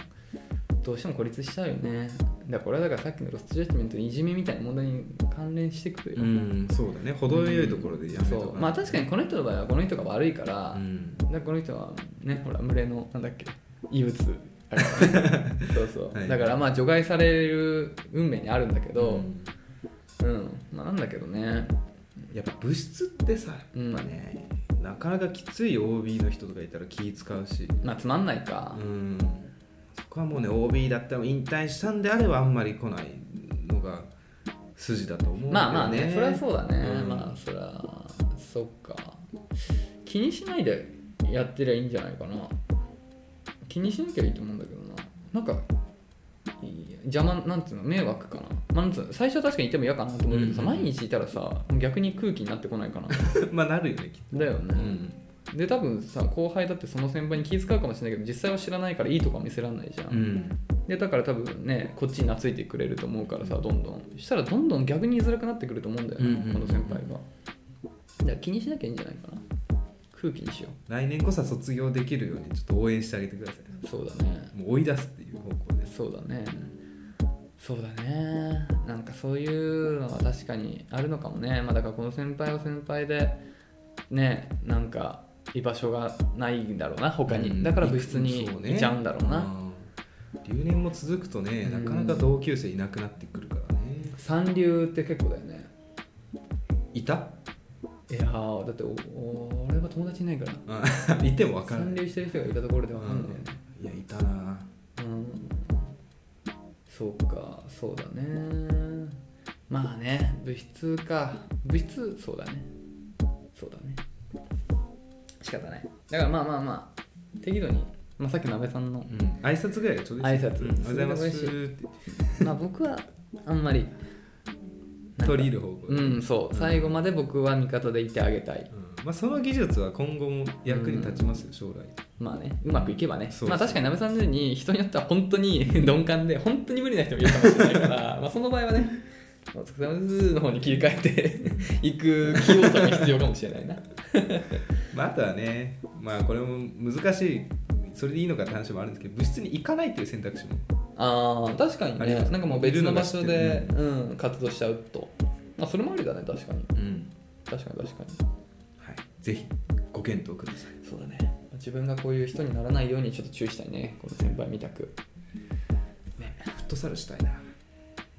B: どうしても孤立しちゃうよねだからこれはだからさっきのロストジャッジメントのいじめみたいな問題に関連してくるよ、
A: うんそうだね程よいところでやめ
B: そ
A: と
B: う
A: か
B: まあ確かにこの人の場合はこの人が悪いから、
A: うん
B: だからこの人はねほら群れのなんだっけ異物だから ねそうそう、
A: はい
B: だからまあ除外される運命にあるんだけ
A: う
B: ど
A: ん
B: うん、まあなんだけどね
A: やっぱ物質ってさやっぱねなかなかきつい OB の人とかいたら気使うし
B: まあつまんないか
A: うんそこはもうね OB だったら引退したんであればあんまり来ないのが筋だと思うんだよね
B: まあまあねそりゃそうだね、
A: ん
B: まあそりゃそっか気にしないでやってりゃいいんじゃないかな気にしなきゃいいと思うんだけどななんかいい邪魔なんつうの迷惑かな、まあ、なんつうの最初は確かにいても嫌かなと思うけどさ、
A: うん
B: 毎日いたらさ逆に空気になってこないかな
A: まあなるよねきっ
B: だよ
A: と、
B: ね、で多分さ後輩だってその先輩に気遣うかもしれないけど実際は知らないからいいとこは見せられないじゃん、
A: うん
B: でだから多分ねこっちに懐いてくれると思うからさどんどんしたらどんどん逆に居づらくなってくると思うんだよね、
A: うんうんうん
B: この先輩がだから気にしなきゃいいんじゃないかな空気にしよ
A: 来年こそは卒業できるようにちょっと応援してあげてくださいう
B: そうだね
A: もう追い出すっていう方向です
B: そうだねそうだねなんかそういうのは確かにあるのかもね、まあ、だからこの先輩は先輩でねなんか居場所がないんだろうな他に、だから部室に
A: そう
B: いちゃうんだろうな、
A: うん留年も続くとねなかなか同級生いなくなってくるからね、
B: 三流って結構だよね
A: いた
B: いやーだっておお俺は友達いないから
A: うん いても分から
B: 三
A: ない
B: 流してる人がいたところでわかんないよね
A: いやいたな
B: うん、そうかそうだねまあね物質か物質そうだねそうだね仕方ないだからまあまあまあ適度に、まあ、さっきの安倍さ んの
A: うん挨拶ぐらいがちょうどいいです
B: 挨拶
A: うんおはようございます
B: それ
A: って
B: まあ僕はあんまりなんか
A: 取り入る方向で
B: うんそう最後まで僕は味方でいてあげたい
A: うんまあ、その技術は今後も役に立ちますよ、将来
B: まあねうまくいけばね
A: そうそう
B: まあ確かになべさんのように人によっては本当に 鈍感で本当に無理な人もいるかもしれないから まあその場合はね「お疲 れ様です」の方に切り替えていく器用さも必要かもしれないな
A: まあ、あとはね、まあ、これも難しいそれでいいのかって話もあるんですけど部室に行かないっていう選択肢も
B: ああ確かに
A: あり
B: ね
A: ます
B: なんかもう別の場所
A: いる
B: で
A: の、
B: うん、活動しちゃうと、まあ、それもありだね確かに
A: うん
B: 確かに確か
A: はい、ぜひご検討ください
B: にそうだね自分がこういう人にならないようにちょっと注意したいねこの先輩みたく
A: フットサルしたいな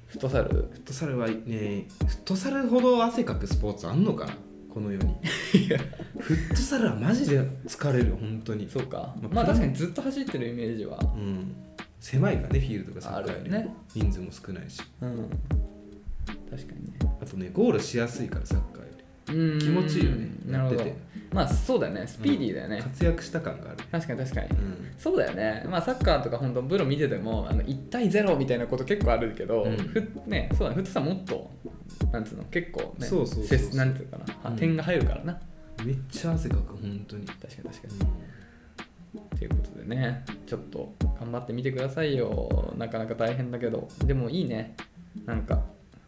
B: フットサル
A: フットサルはねフットサルほど汗かくスポーツあんのかなこの世 にフットサルはマジで疲れる本当に
B: そうか
A: まあ
B: まあ確かにずっと走ってるイメージは
A: うん狭いからねフィールドがサッカーよりも
B: あるよね
A: 人数も少ないし
B: うん確かにね
A: あとねゴールしやすいからサッカーよ
B: うん
A: り気持ちいいよね
B: なる
A: や
B: ほ
A: っ
B: ど
A: て
B: まあそうだよねスピーディーだよ
A: て
B: ね、
A: 活躍した感がある
B: 確かに確かに
A: うん
B: そうだよね、まあ、サッカーとか本当プロ見ててもあの1対0みたいなこと結構あるけど、
A: うん
B: ふね、そうだねフットサルもっとなんつうの結構ね
A: そうそうそうそう
B: せっなんていうのかな、あ
A: うん
B: 点が入るからな
A: めっちゃ汗かく本当に
B: 確かに確かにということでねちょっと頑張ってみてくださいよなかなか大変だけどでもいいねなんか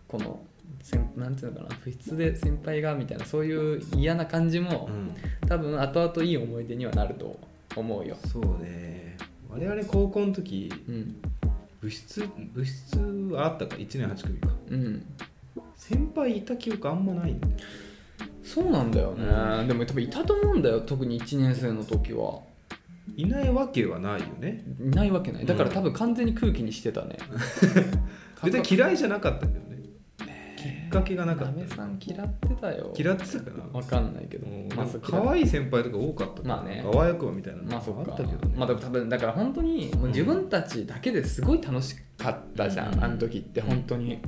B: この先なんていうのかな不質で先輩がみたいなそういう嫌な感じも、
A: うん
B: 多分後々いい思い出にはなると思うよ
A: そうね我々高校の時
B: うん
A: 部室部室はあったか1年8組か
B: うん
A: 先輩いた記憶あんまないんだよ
B: そうなんだよね、でも多分いたと思うんだよ特に1年生の時はい
A: ないわけはないよね
B: いないわけないだから多分完全に空気にしてたね
A: 別に嫌いじゃなかったんだよねきっかけがなか
B: ダ
A: っ
B: メ
A: た
B: さん嫌ってたよ
A: 嫌ってたかな
B: わかんないけど
A: もう
B: ま
A: な
B: あ
A: ん
B: そ
A: か
B: う
A: 可愛い先輩とか多かった
B: まあね
A: あわよくばみたいなの
B: まあそっ
A: あ
B: か
A: ったけどね
B: まあでも多分だから本当にもう自分たちだけですごい楽しかったじゃん、
A: うん
B: あの時って本当に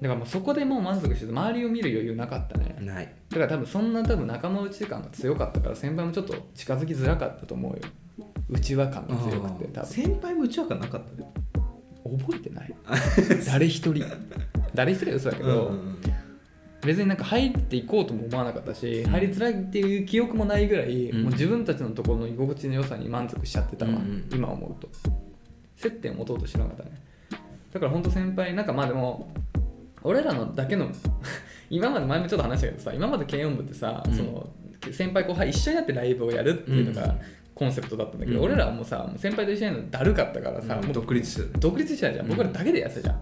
B: だからもうそこでもう満足してて周りを見る余裕なかったね
A: ない
B: だから多分そんな多分仲間内感が強かったから先輩もちょっと近づきづらかったと思うよ内輪感が強くて多分
A: 先輩もうちわかなかったね
B: 覚えてない誰一 人誰一人は嘘だけど、
A: うん
B: 別になんか入っていこうとも思わなかったし、入りづらいっていう記憶もないぐらい、
A: うん
B: もう自分たちのところの居心地の良さに満足しちゃってたわ、
A: うんうん
B: 今思うと接点を持とうとしなかったねだから本当先輩なんかまあでも俺らのだけの 今まで前もちょっと話したけどさ今まで軽音部ってさ、
A: うん
B: その先輩後輩一緒になってライブをやるっていうの
A: うん
B: がコンセプトだったんだけど、
A: うん
B: 俺らはもうさ先輩と一緒になるのだるかったからさ、
A: うん
B: もう
A: 独立してた
B: 独立してたじゃん僕らだけでやってたじゃん、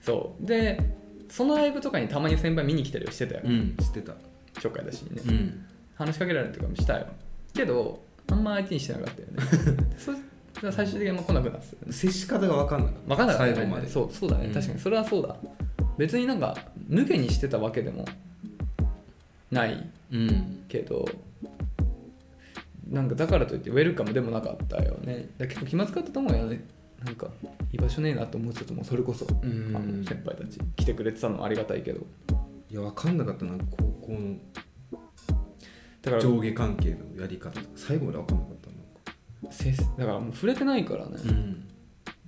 B: そうでそのライブとかにたまに先輩見に来たりはしてたよ、
A: うん知ってた
B: ちょっかいだしにね、
A: うん
B: 話しかけられるとかもしたよけどあんま相手にしてなかったよね そしたら最終的にもう来なくなってたよね
A: 接し方が分かんなかった
B: 分かんなかったよね
A: 最後まで
B: そうそうだね、
A: うん
B: 確かにそれはそうだ別になんか抜けにしてたわけでもない
A: うん
B: けどなんかだからといってウェルカムでもなかったよねだから結構気まずかったと思うよねなんか居場所ねえなと思ってたと思うそれこそ、
A: うん
B: あの先輩たち来てくれてたのはありがたいけど
A: いや分かんなかったな高校の
B: だから
A: 上下関係のやり方とか最後まで分かんなかったな
B: せだからもう触れてないからね、だか
A: ん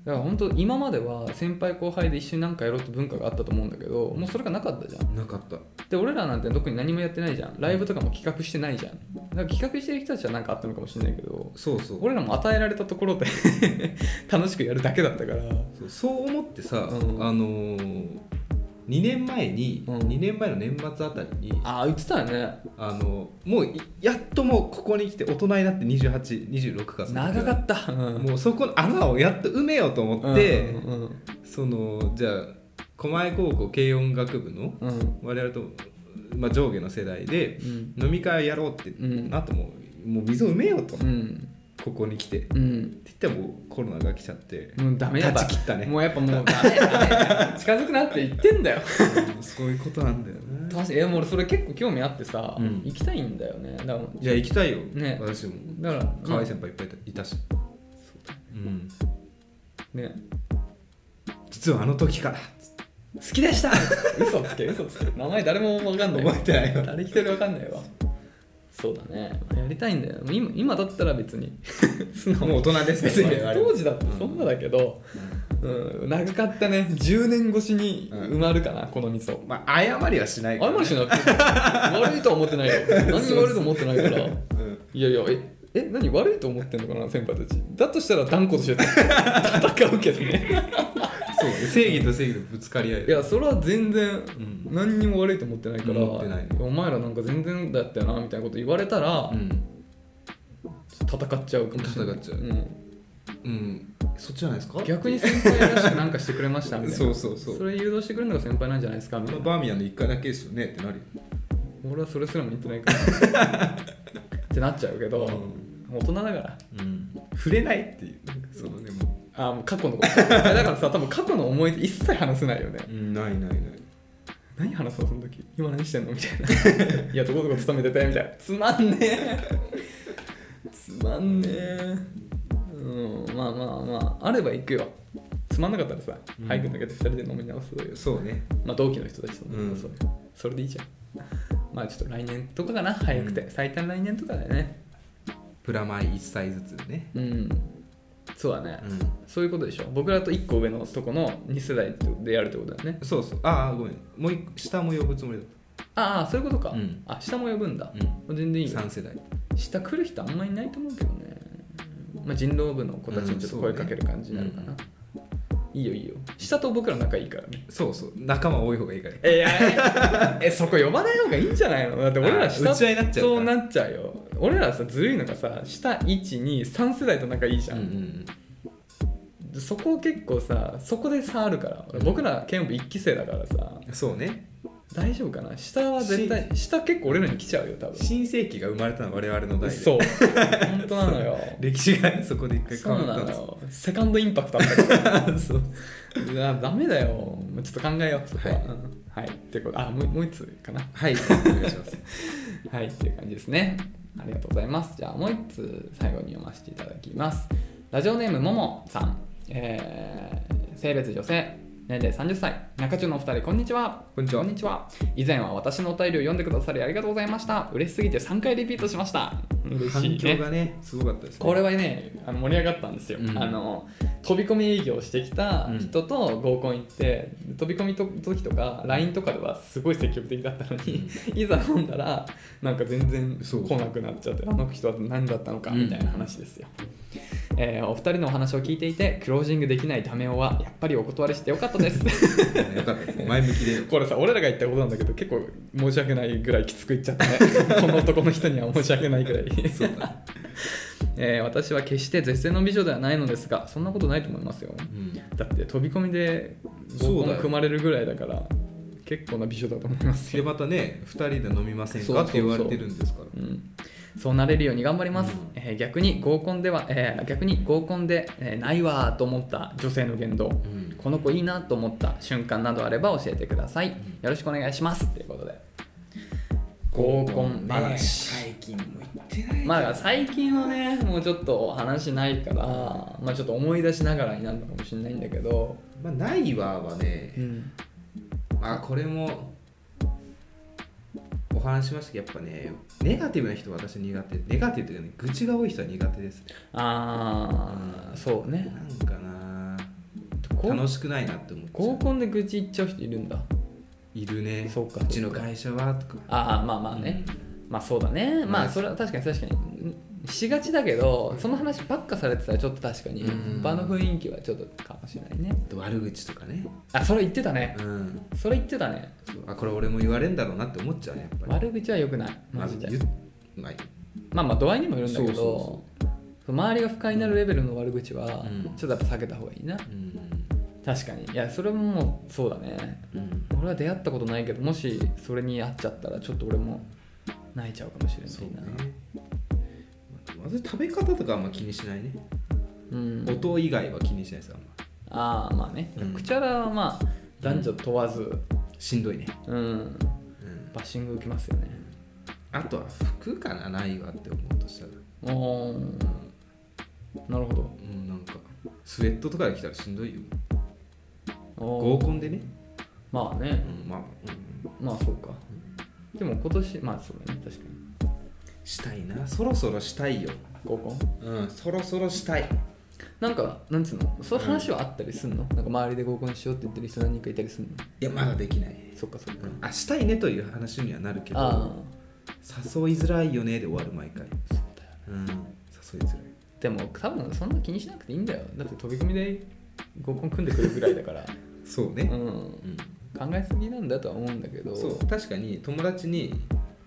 B: ら本当今までは先輩後輩で一緒に何かやろうって文化があったと思うんだけどもうそれがなかったじゃん
A: かなかった
B: で俺らなんて特に何もやってないじゃんライブとかも企画してないじゃんだから企画してる人たちは何かあったのかもしれないけど
A: そうそう
B: 俺らも与えられたところで 楽しくやるだけだったから
A: そうそう思ってさ、
B: うん
A: あのー、2年前に、
B: うん
A: 2年前の年末あたりに
B: ああ言ってたよね
A: あのもういやっともうここに来て大人になって2826かその時は
B: 長かった、うん、
A: もうそこの穴をやっと埋めようと思
B: う
A: って、
B: んうん
A: そのじゃあ狛江高校軽音楽部の
B: うんうん
A: 我々と、まあ、上下の世代で
B: うん
A: 飲み会やろうって
B: うん
A: なとも,、もう溝埋めようと、
B: うん
A: ここに来てって
B: うん
A: 言ったらもうコロナが来ちゃって
B: もうダメだ
A: 断ち切ったね
B: もうやっぱもうダメダメ近づくなって言ってんだよ
A: うんそういうことなんだよね
B: 確かにえもう俺それ結構興味あってさ、
A: うん
B: 行きたいんだよねだから
A: いや行きたいよ、
B: ね
A: 私も
B: だから
A: 可愛い先輩いっぱいいたいたしうん
B: ね
A: 実はあの時から
B: 好きでした嘘つけ嘘つけ名前誰も分かんない
A: 覚えてないわ
B: 誰一人分かんないわそうだねやりたいんだよ今今だったら別に素直に
A: もう大人です
B: 別に
A: 我々
B: 当時だってそんなだけど、うん、長かったね10年越しに埋まるかな、この溝
A: まあ謝りはしない
B: 謝るしなくて悪いとは思ってないよ何も悪いと思ってないから
A: うん
B: いやいやええ 何 悪いと思ってんのかな先輩たちだとしたら断固として戦うけどね
A: そうね正義と正義のぶつかり合い
B: いやそれは全然
A: うん
B: 何にも悪いと思ってないから
A: 思ってない
B: お前らなんか全然だったよなみたいなこと言われたら、
A: うん、
B: 戦っちゃうかもしれな
A: 戦
B: い
A: っちゃうんうん、そっちじゃないですか
B: 逆に先輩らしくなんかしてくれましたみたいな
A: そうそうそう
B: れ誘導してくれるのが先輩なんじゃないですかみたい
A: まあ
B: な、
A: バーミヤンの1回だけですよねってなるよ
B: 俺はそれすらも言ってないからってなっちゃうけど、大人だから
A: うん、触れないっていうなんかそのねも
B: あーもう過去のこと だからさ多分過去の思い出一切話せないよね
A: う、うん、ないないない
B: 何話そうその時今何してんのみた いないやどこどこ勤めててみたいなつまんねえつまんねえうんまあまあまああれば行くよつまんなかったらさ、
A: うん
B: ハイくんだけで2人で飲み直すという
A: そうね
B: まあ同期の人たちと
A: うん
B: そうそれでいいじゃんまあちょっと来年とかかな早くて、
A: うん
B: 最短来年とかだよね
A: プラマイ1歳ずつね
B: うんそうだね、
A: うん
B: そういうことでしょ僕らと1個上のとこの2世代でやるってことだよね
A: そうそうああごめんもう一個下も呼ぶつもりだっ
B: ああそういうことか、
A: うん
B: あ下も呼ぶんだ
A: た、、う
B: 全然い
A: ん、
B: いよ
A: 3世代
B: 下来る人あんまりいないと思うけどね、まあ、人狼部の子たちにちょっと声かける感じになるかな、
A: うん
B: いいよいいよ下と僕ら仲いいからね
A: そうそう仲間多い方がいいから
B: え えそこ呼ばない方がいいんじゃないのだって俺ら下
A: 打ち合いになっちゃうから
B: そうなっちゃうよ俺らさずるいのがさ下123世代と仲いいじゃ、
A: うんん
B: そこ結構さそこで差あるから
A: うん
B: 僕ら剣部1期生だからさ
A: うんそうね
B: 大丈夫かな下は絶対下結構俺らに来ちゃうよ多分
A: 新世紀が生まれたのは我々の代で
B: そう本当なのよ
A: 歴史がねそこで一回
B: そ
A: 変
B: う
A: わ
B: な
A: ったん
B: の
A: です
B: よセカンドインパクトあったから
A: そう
B: うわダメだよもうちょっと考えようそこは
A: はい
B: うんはいってことあもうもう一つかな
A: はいお願いします
B: はいっていう感じですねありがとうございますじゃあもう一つ最後に読ませていただきますラジオネームももさん、えー性別女性年齢30歳中中のお二人こんにちは
A: こんにちは
B: 以前は私のお便りを読んでくださりありがとうございました嬉しすぎて3回リピートしました嬉し
A: 反
B: いね
A: 響がねすごかったですね
B: これはねあの盛り上がったんですよ、
A: うん
B: あの飛び込み営業してきた人と合コン行って、飛び込みと時とか LINE とかではすごい積極的だったのに いざ飲んだらなんか全然来
A: そう
B: なくなっちゃってあの人は何だったのかみたいな話ですよ、えーお二人のお話を聞いていてクロージングできないダメ男はやっぱりお断りしてよかったです
A: よかったですね前向きで
B: これさ俺らが言ったことなんだけど結構申し訳ないぐらいきつく言っちゃ ったねこの男の人には申し訳ないぐらい
A: そうだ、
B: えー私は決して絶世の美女ではないのですがそんなことないと思いますよ
A: うん、
B: だって飛び込みで
A: そ
B: 合
A: う
B: コ
A: だ
B: ン
A: よ
B: 組まれるぐらいだから結構な美女だと思います
A: で
B: よ、
A: またね2人で飲みません
B: そうそ
A: かっ
B: うそう
A: て言われてるんですから
B: うん、そうなれるように頑張ります、
A: うん
B: えー逆に合コンでは、えー逆に合コンで、えーないわーと思った女性の言動
A: うん
B: この子いいなと思った瞬間などあれば教えてくださいよろしくお願いしますということで合コン話
A: 最近も行ってない
B: まあ最近はねもうちょっと話ないから、まあ、ちょっと思い出しながらになるのかもしれないんだけど、
A: まあ、ないわはね、まあこれもお話ししましたけどやっぱねネガティブな人は私苦手ネガティブというかね愚痴が多い人は苦手です
B: ああそうね
A: なんかな
B: 合
A: 楽しくないなって思っ
B: 合
A: て
B: コンで愚痴言っちゃう人いるんだ
A: いるね
B: そうか
A: うちの会社はとか
B: ああまあまあね、まあそうだねまあそれは確かに確かにんしがちだけどその話ばっかされてたらちょっと確かに
A: うん
B: 場の雰囲気はちょっとかもしれないね
A: あと悪口とかね
B: あそれ言ってたね
A: うん
B: それ言ってたね
A: そうあこれ俺も言われんだろうなって思っちゃうねやっぱり
B: 悪口は良くないマジで
A: まあ言うまあ
B: まあまあ度合いにもよるんだけど
A: そうそ
B: 周りが不快になるレベルの悪口は
A: うん
B: ちょっとやっぱ避けた方がいいな、
A: うん
B: 確かにいやそれももうそうだね
A: うん
B: 俺は出会ったことないけどもしそれに会っちゃったらちょっと俺も泣いちゃうかもしれ
A: そう
B: ない
A: ね
B: な
A: まず食べ方とかあんま気にしないね、
B: うん
A: 音以外は気にしないですあんま
B: ああまあね、
A: うん
B: 口荒はまあ男女問わず
A: しんどいね、
B: うん、
A: うん、
B: バッシング受けますよね
A: あとは服かなないわって思うとしたら
B: おーなるほど
A: うんなんかスウェットとかで来たらしんどいよ
B: お
A: 合
B: ー
A: コンでね、
B: まあ
A: う
B: ね
A: ん、まあ、うん、
B: まあそうかでも今年まあそうだね確かに
A: したいなそろそろしたいよ
B: 合コン
A: うんそろそろしたい
B: なんかなんつうのそういう話はあったりすんの、なんか周りで合コンしようって言ってる人何人かいたりすんの
A: いやまだできない、
B: そっかそっか、
A: うん、あしたいねという話にはなるけ
B: あ
A: ど誘いづらいよねで終わる毎回
B: あそうだよ
A: うん誘いづらい
B: でも多分そんな気にしなくていいんだよだって飛び込みで合コン組んでくるぐらいだ から、
A: そう
B: う
A: ね、
B: ん、
A: うん
B: 考えすぎなんだとは思うんだけど
A: そう確かに友達に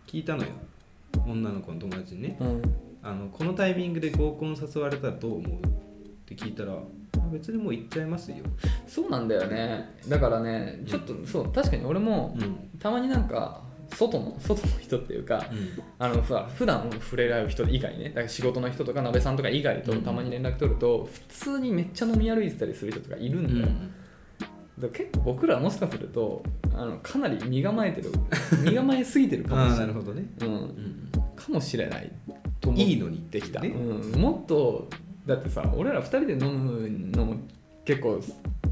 A: 聞いたのよ女の子の友達にね
B: うん、
A: あのこのタイミングで合コン誘われたらどう思うって聞いたらあ別にもう行っちゃいますよ、
B: そうなんだよねだからねちょっと、そう確かに俺も
A: うん
B: たまになんか外の外の人っていうかあのふわ普段触れ合う人以外ねだから仕事の人とか鍋さんとか以外と
A: うん
B: たまに連絡取ると、普通にめっちゃ飲み歩いてたりする人とかいるん
A: う
B: だよ、
A: ん
B: だから結構僕らもしかするとあのかなり身構えてる 身構えすぎてるかも
A: ああ
B: しれ
A: な
B: な
A: る
B: い
A: ほどね、
B: う、
A: うんん、
B: かもしれないと思っ
A: いいのに
B: できた、
A: ね
B: うん、もっとだってさ俺ら2人で飲むのも結構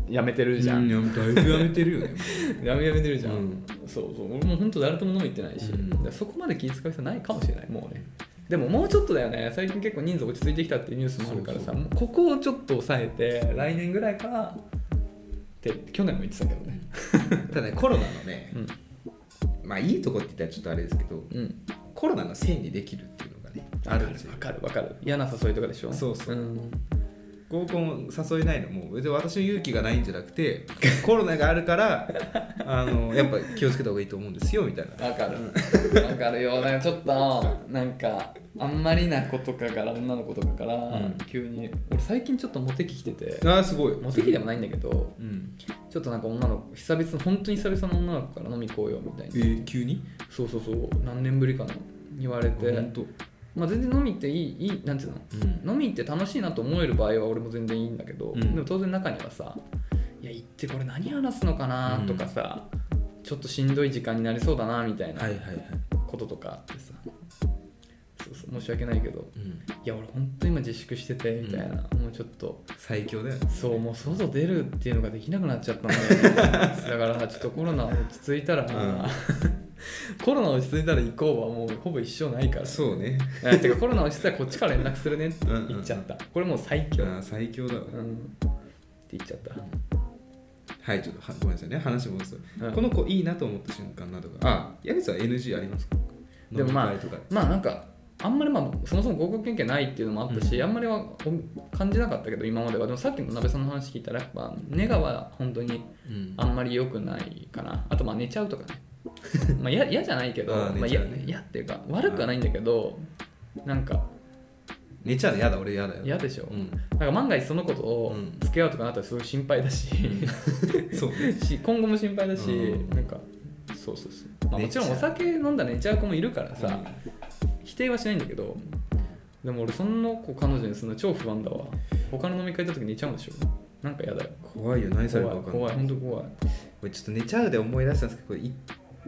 B: やめてるじゃん、
A: うだいぶやめてるよねも
B: やめやめてるじゃん、
A: うん
B: そうそう俺も本当誰とも飲み行ってないし、
A: うん
B: だからそこまで気遣う必要ないかもしれないもうねでももうちょっとだよね最近結構人数落ち着いてきたっていうニュースもあるからさ
A: そうそう
B: もうここをちょっと抑えて来年ぐらいからって去年も言ってたけどね
A: う ただねコロナのね
B: うん
A: まあいいとこって言ったらちょっとあれですけど
B: うん
A: コロナのせいにできるっていうのがねあるんですよ
B: わかるわかる嫌な誘いとかでしょ
A: そうそうん合コン誘えないのも別に私の勇気がないんじゃなくてコロナがあるからあのやっぱ気をつけた方がいいと思うんですよみたいな
B: わかるわかるよだからちょっとなんかあんまりな子とかから女の子とかから、
A: ん
B: 急に俺最近ちょっとモテ期来てて
A: ああすごい
B: モテ期でもないんだけど
A: うん
B: ちょっとなんか女の子久々の本当に久々の女の子から飲み行こうよみたい
A: え
B: な、
A: ー、急に
B: そうそうそう何年ぶりかな言われて、
A: 本当
B: まあ、全然飲み行っていいいいなんていうの
A: うん
B: 飲み行って楽しいなと思える場合は俺も全然いいんだけど、
A: うん
B: でも当然中にはさいや行ってこれ何話すのかなとかさ、ちょっとしんどい時間になりそうだなみたいな
A: はいはいはい、
B: こととかあってさそうそう申し訳ないけど
A: うん、
B: いや俺本当に今自粛しててみたいな、もうちょっと
A: 最強だよね
B: そうもう外出るっていうのができなくなっちゃったん だよねだからちょっとコロナ落ち着いたら、 コロナ落ち着いたら行こうは もうほぼ一生ないから
A: そうね
B: えてかコロナ落ち着いたらこっちから連絡するねって
A: うんうん
B: 言っちゃったこれもう最強、
A: ああ最強だわ
B: うんって言っちゃった、
A: はいちょっとはごめんなさいね話戻す、
B: うん
A: この子いいなと思った瞬間などがあ矢口さん NG ありますか
B: でもまあ
A: 飲み会とかで
B: まあなんかあんまりまあそもそも合格経験ないっていうのもあったし、あんまりはお感じなかったけど今まではでもさっきの鍋さんの話聞いたらやっぱネガは本当に
A: うん
B: あんまり良くないかなあとまあ寝ちゃうとか ねまあ嫌嫌じゃないけど
A: あー
B: まあ
A: 寝ち
B: 嫌
A: ゃうね
B: 嫌っていうか悪くはないんだけどなんか
A: 寝ちゃうのやだ俺やだよ
B: 嫌でしょ
A: うん
B: なんか万が一その子と
A: うん
B: 付き合うとかなったらすごい心配だし
A: そう
B: し今後も心配だし
A: うん
B: なんかそうそうそう、まあ、も
A: 寝
B: ち
A: ちゃう
B: ろんお酒飲んだら寝ちゃう子もいるからさ、
A: さ
B: 否定はしないんだけどでも俺そんな子彼女にするの超不安だわ他の飲み会行った時寝ちゃうんでしょなんかやだよ
A: 怖いよ何されるか分か
B: 怖い
A: んない
B: 怖い本当怖い
A: これちょっと寝ちゃうで思い出したんですけどこれい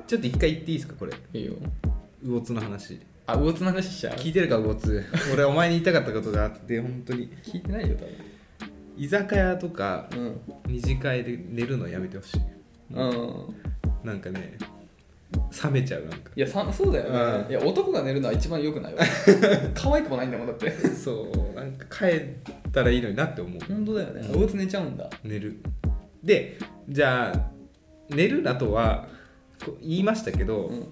A: ちょっと一回言っていいですかこれ
B: いいよ
A: 魚津の話
B: あ魚津の話しちゃう
A: 聞いてるか魚 津俺お前に言いたかったことがあって本当に
B: 聞いてないよ多
A: 居酒屋とか
B: 分
A: 二次会で寝るのやめてほしい
B: うん、うん、
A: なんかね冷めちゃうなんか
B: いやさそうだよね、
A: うん
B: いや男が寝るのは一番良くない わ可愛くもないんだもんだって
A: そうなんか帰ったらいいのになって思う
B: 本当だよね
A: うん
B: 魚津寝ちゃうんだ
A: 寝るでじゃあ寝るだとはこう言いましたけ
B: う
A: ど
B: ん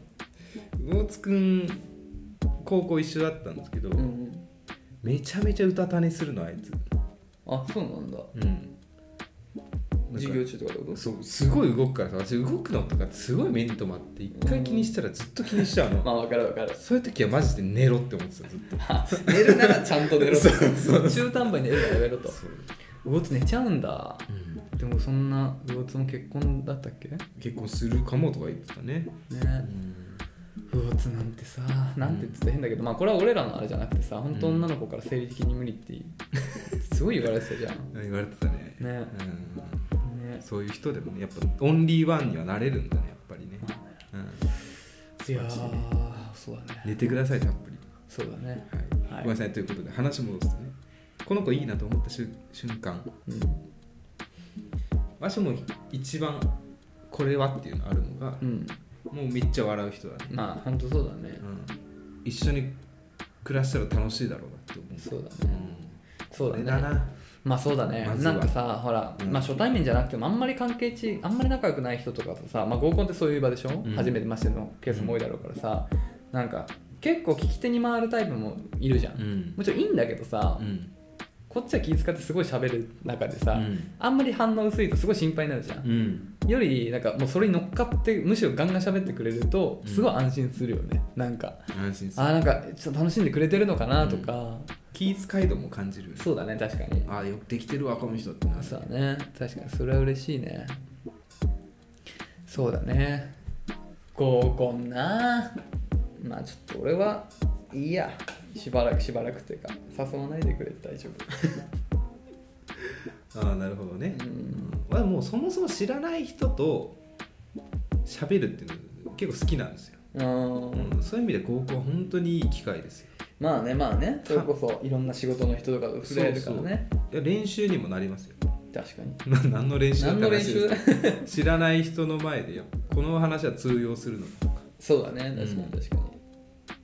A: 魚津くん高校一緒だったんですけど、
B: うんうん
A: めちゃめちゃうたた寝するのあいつ
B: あそうなんだ
A: うん
B: 授業中とかってこと
A: そうすごい動くからさ私動くのとかすごい目に留まって一回気にしたらずっと気にしちゃうの、
B: ま あ分かる分かる
A: そういう時はマジで寝ろって思ってたずっと
B: あ寝るならちゃんと寝ろと
A: そう
B: 中途半端に寝るならやめろと
A: そう、
B: 魚津寝ちゃうんだ
A: うん、
B: でもそんな魚津も結婚だったっけね
A: 結婚するかもとか言ってたね、
B: 魚津なんてさなんて言ってたら変だけど、まあこれは俺らのあれじゃなくてさ本当女の子から生理的に無理って すごい言われてたじゃん
A: 言われてたね
B: ね
A: う
B: ね
A: ん、そういう人でもねやっぱオンリーワンにはなれるんだねやっぱりね、うん、
B: いやーそうだね
A: 寝てくださいたっぷり、
B: そうだね
A: はいご
B: はい
A: めんなさいということで話戻すとねこの子いいなと思った瞬瞬間
B: うん
A: 私も一番これはっていうのあるのが、
B: うん
A: もうめっちゃ笑う人だね
B: まあ本当そうだね
A: うん一緒に暮らしたら楽しいだろうなって思う。
B: そうだねそうだ
A: こ
B: ね
A: れだな。
B: まあそうだね、
A: まず
B: な
A: は
B: んかさほら、
A: うん
B: まあ初対面じゃなくてもあんまり関係値あんまり仲良くない人とかとさ、まあ、合コンってそういう場でしょ、
A: うん
B: 初めてましてのケースも多いだろうからさなんか結構聞き手に回るタイプもいるじゃん、
A: ん。
B: もちろんいいんだけどさ、
A: うん。
B: こっちは気遣ってすごい喋る中でさ、
A: うん
B: あんまり反応薄いとすごい心配になるじゃん、
A: うん
B: よりなんかもうそれに乗っかってむしろガンガン喋ってくれると
A: うん
B: すごい安心するよね、なんか
A: 安心す
B: あ
A: る
B: ーなんかちょっと楽しんでくれてるのかなとか、
A: 気遣い度も感じるよね
B: そうだね確かに
A: ああよくできてるわこの人ってなる
B: そうだね確かにそれは嬉しいねそうだね合コンなまあちょっと俺はいいやしばらくしばらくっていうか誘わないでくれて大丈夫
A: ああなるほどね、
B: う
A: うんん、俺はもうそもそも知らない人と喋るっていうの結構好きなんですよ、
B: うん
A: うん、そういう意味で合コンは本当にいい機会ですよ
B: まあねまあねそれこそいろんな仕事の人とかと触れ合えるからね
A: いや練習にもなりますよ
B: 確かに
A: な何の練習だっ
B: 何
A: て
B: の練
A: 話で
B: 習
A: すけど知らない人の前でやっぱこの話は通用するのか
B: そうだね確か
A: うん
B: に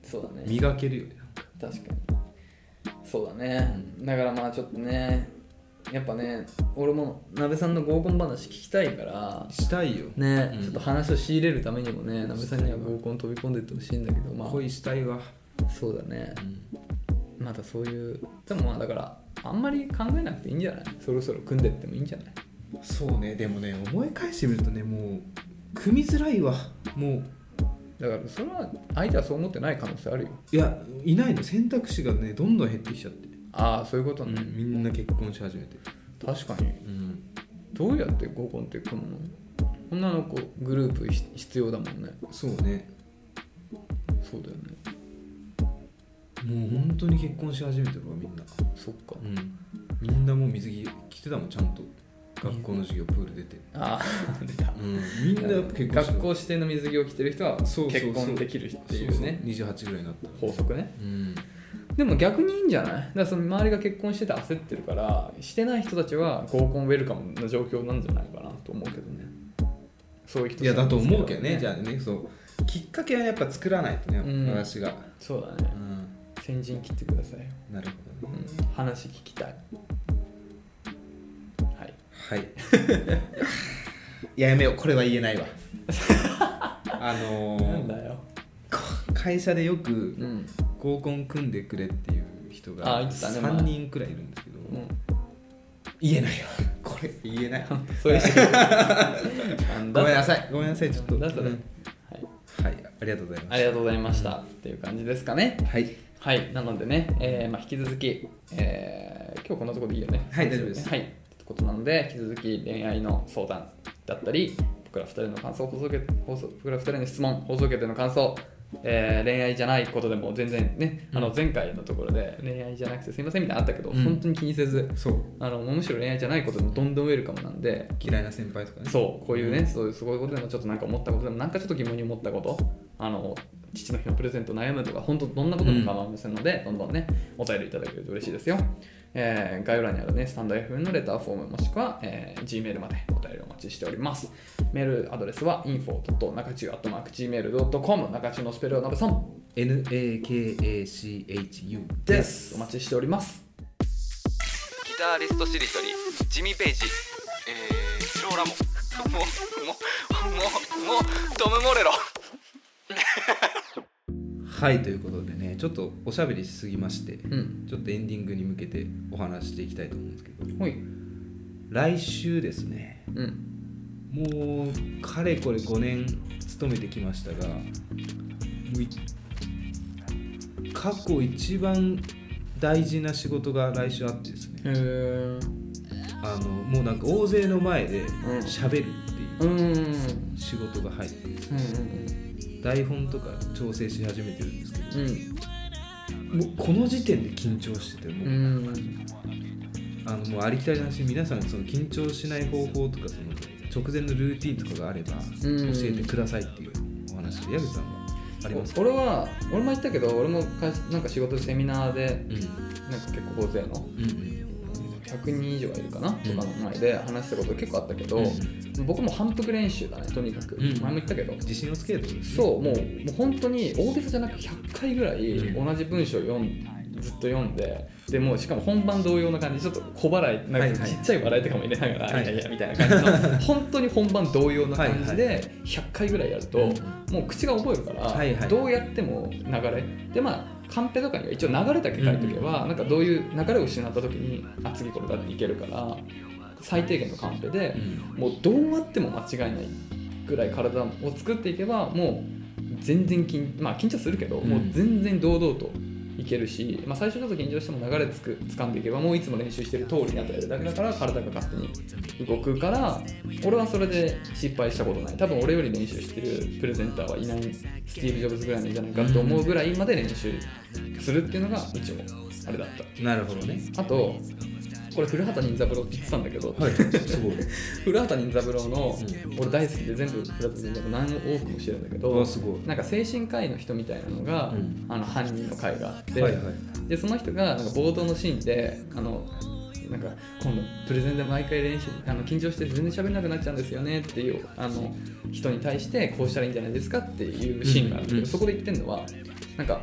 B: 確かに、そうだね
A: 磨けるよね
B: 確かにそうだねだからまあちょっとねやっぱね俺も鍋さんの合コン話聞きたいから
A: したいよ、
B: ね、
A: うん
B: ちょっと話を仕入れるためにもね、なべさんには合コン飛び込んでってほしいんだけど、まあ、
A: 恋したいわ、
B: そうだね、またそういう、でもまあだから、あんまり考えなくていいんじゃないそろそろ組んでってもいいんじゃない
A: そうねでもね思い返してみるとねもう組みづらいわもう
B: だから、それは相手はそう思ってない可能性あるよ。
A: いやいないの選択肢がねどんどん減ってきちゃって、
B: ああ、そういうことね。
A: みんな結婚し始めて、
B: 確かに。どうやって合コンって組むの女の子グループひ必要だもんね。
A: そうね
B: そうだよね。
A: もう本当に結婚し始めてるわみんな、
B: そっか。
A: みんなもう水着着てたもんちゃんと学校の授業プール出て、
B: ああ、出 た。
A: みんなやっぱ結婚して
B: 学校指定の水着を着てる人は
A: そうそうそう
B: 結婚できるっていうね
A: そうそう28ぐらいになったら
B: 法則ね。
A: うん
B: でも逆にいいんじゃないだからその周りが結婚してて焦ってるからしてない人たちは合コンウェルカムの状況なんじゃないかなと思うけどねそういう人
A: いやだと思うけどねじ
B: ゃ
A: ゃあねそうきっかけはやっぱ作らないとね、
B: うん
A: 話が、
B: そうだね先陣切ってくださいよ、
A: なるほ
B: う
A: どね
B: ん、話聞きたいはい
A: はい いややめようこれは言え ないわあのー
B: なんだよ、
A: 会社でよく
B: うん
A: 合コン組んでくれっていう人が
B: あ言ってたね
A: 3人くらいいるんですけど、言えないよこれ言えない
B: そういう人なん
A: ご
B: だ
A: めんなさいごめんなさいちょっと
B: なんだそ
A: う
B: れ、
A: ん
B: はい、
A: はいありがとうございま
B: あ
A: し
B: りがとうございました、っていう感じですかね
A: たはい
B: はい、なのでね、えーまあ、引き続き、えー今日こんなところでいいよね。
A: はい大丈夫です
B: はい、ってことなので、引き続き恋愛の相談だったり、僕ら二人の感想、放送局放送僕ら二人の質問、放送局での感想、えー恋愛じゃないことでも全然ね、
A: うん
B: あの前回のところで恋愛じゃなくてすいませんみたいなのあったけど、
A: うん
B: 本当に気にせず、
A: そう
B: あのもうむしろ恋愛じゃないことでもどんどんウェルカムなんで、
A: 嫌いな先輩とかね
B: そうこういうね、そういうすごいことでもちょっとなんか思ったことでもなんかちょっと疑問に思ったことあの父の日のプレゼント悩むとか本当どんなことでも構いませんので、どんどんねお便りいただけると嬉しいですよ、えー概要欄にあるねスタンド FM のレターフォームもしくは、えー Gmail までお便りお待ちしておりますメールアドレスは info.nakachu.gmail.com 中中のスペルをなべさん
A: NAKACHU
B: で
A: です
B: すお待ちしておりますギタリストしりとりジミー・ペイジえー、スローラモもうもうもうもうトム・モレロ
A: はいということでねちょっとおしゃべりしすぎまして
B: うん
A: ちょっとエンディングに向けてお話していきたいと思うんですけど
B: ほい
A: 来週ですね
B: うん
A: もうかれこれ5年勤めてきましたがもうい過去一番大事な仕事が来週あってですね
B: へえ
A: あのもうなんか大勢の前で
B: ん
A: 喋るっていう
B: ー、うんうんうん
A: 仕事が入って台本とか調整し始めてるんですけどもうこの時点で緊張してても
B: う
A: う,、
B: んうん
A: あのもうありきたりな話皆さんその緊張しない方法とかその直前のルーティンとかがあれば教
B: ん
A: えてくださいっていうお話で矢口さんはありますか、
B: 俺は俺も言ったけど俺も会社なんか仕事でセミナーで
A: うん
B: なんか結構大勢の
A: うん
B: 100人以上はいるかな、とかの前で話したこと結構あったけど、僕も反復練習だねとにかく、
A: うん
B: 前も言ったけど
A: 自信をつけるってことですね
B: そうもうもう本当に大げさじゃなく100回ぐらい
A: うん
B: 同じ文章を読んずっと読んででもうしかも本番同様の感じちょっと小笑いな
A: は
B: ん
A: い
B: か
A: はい
B: ちっちゃい笑いとかも入れながら、
A: はい
B: いやいやみたいな感じの本当に本番同様な感じ
A: は
B: で100回ぐらいやると、もう口が覚えるから、
A: はいはい
B: どうやっても流れでまあカンペとかには一応流れだけ書いておけば、なんかどういう流れを失った時にあ次これだっていけるから最低限のカンペで、もうどうあっても間違いないぐらい体を作っていけばもう全然緊,、まあ、緊張するけど、
A: うん
B: もう全然堂々といけるし、まあ、最初ちょっと緊張しても流れつく掴んでいけばもういつも練習してる通りにやってるだけだから体が勝手に動くから俺はそれで失敗したことない多分俺より練習してるプレゼンターはいないスティーブ・ジョブズぐらいなんじゃないかと思うぐらいまで練習するっていうのが一応あれだっ
A: なるほどね
B: たあとこれ古畑任三郎って言ってたんだけど、
A: はいすごい
B: 古畑任三郎の
A: う
B: 俺大好きで全部古畑任三郎何往復もしてるんだけ
A: あ
B: ど
A: すごい
B: なんか精神科医の人みたいなのが、
A: うん
B: あの犯人の会があって、
A: はいはい
B: でその人がなんか冒頭のシーンであのなんか今度プレゼンで毎回練習あの緊張して全然喋れなくなっちゃうんですよねっていうあの人に対してこうしたらいいんじゃないですかっていうシーンがあるんだけど、
A: うん
B: そこで言ってるのはなんか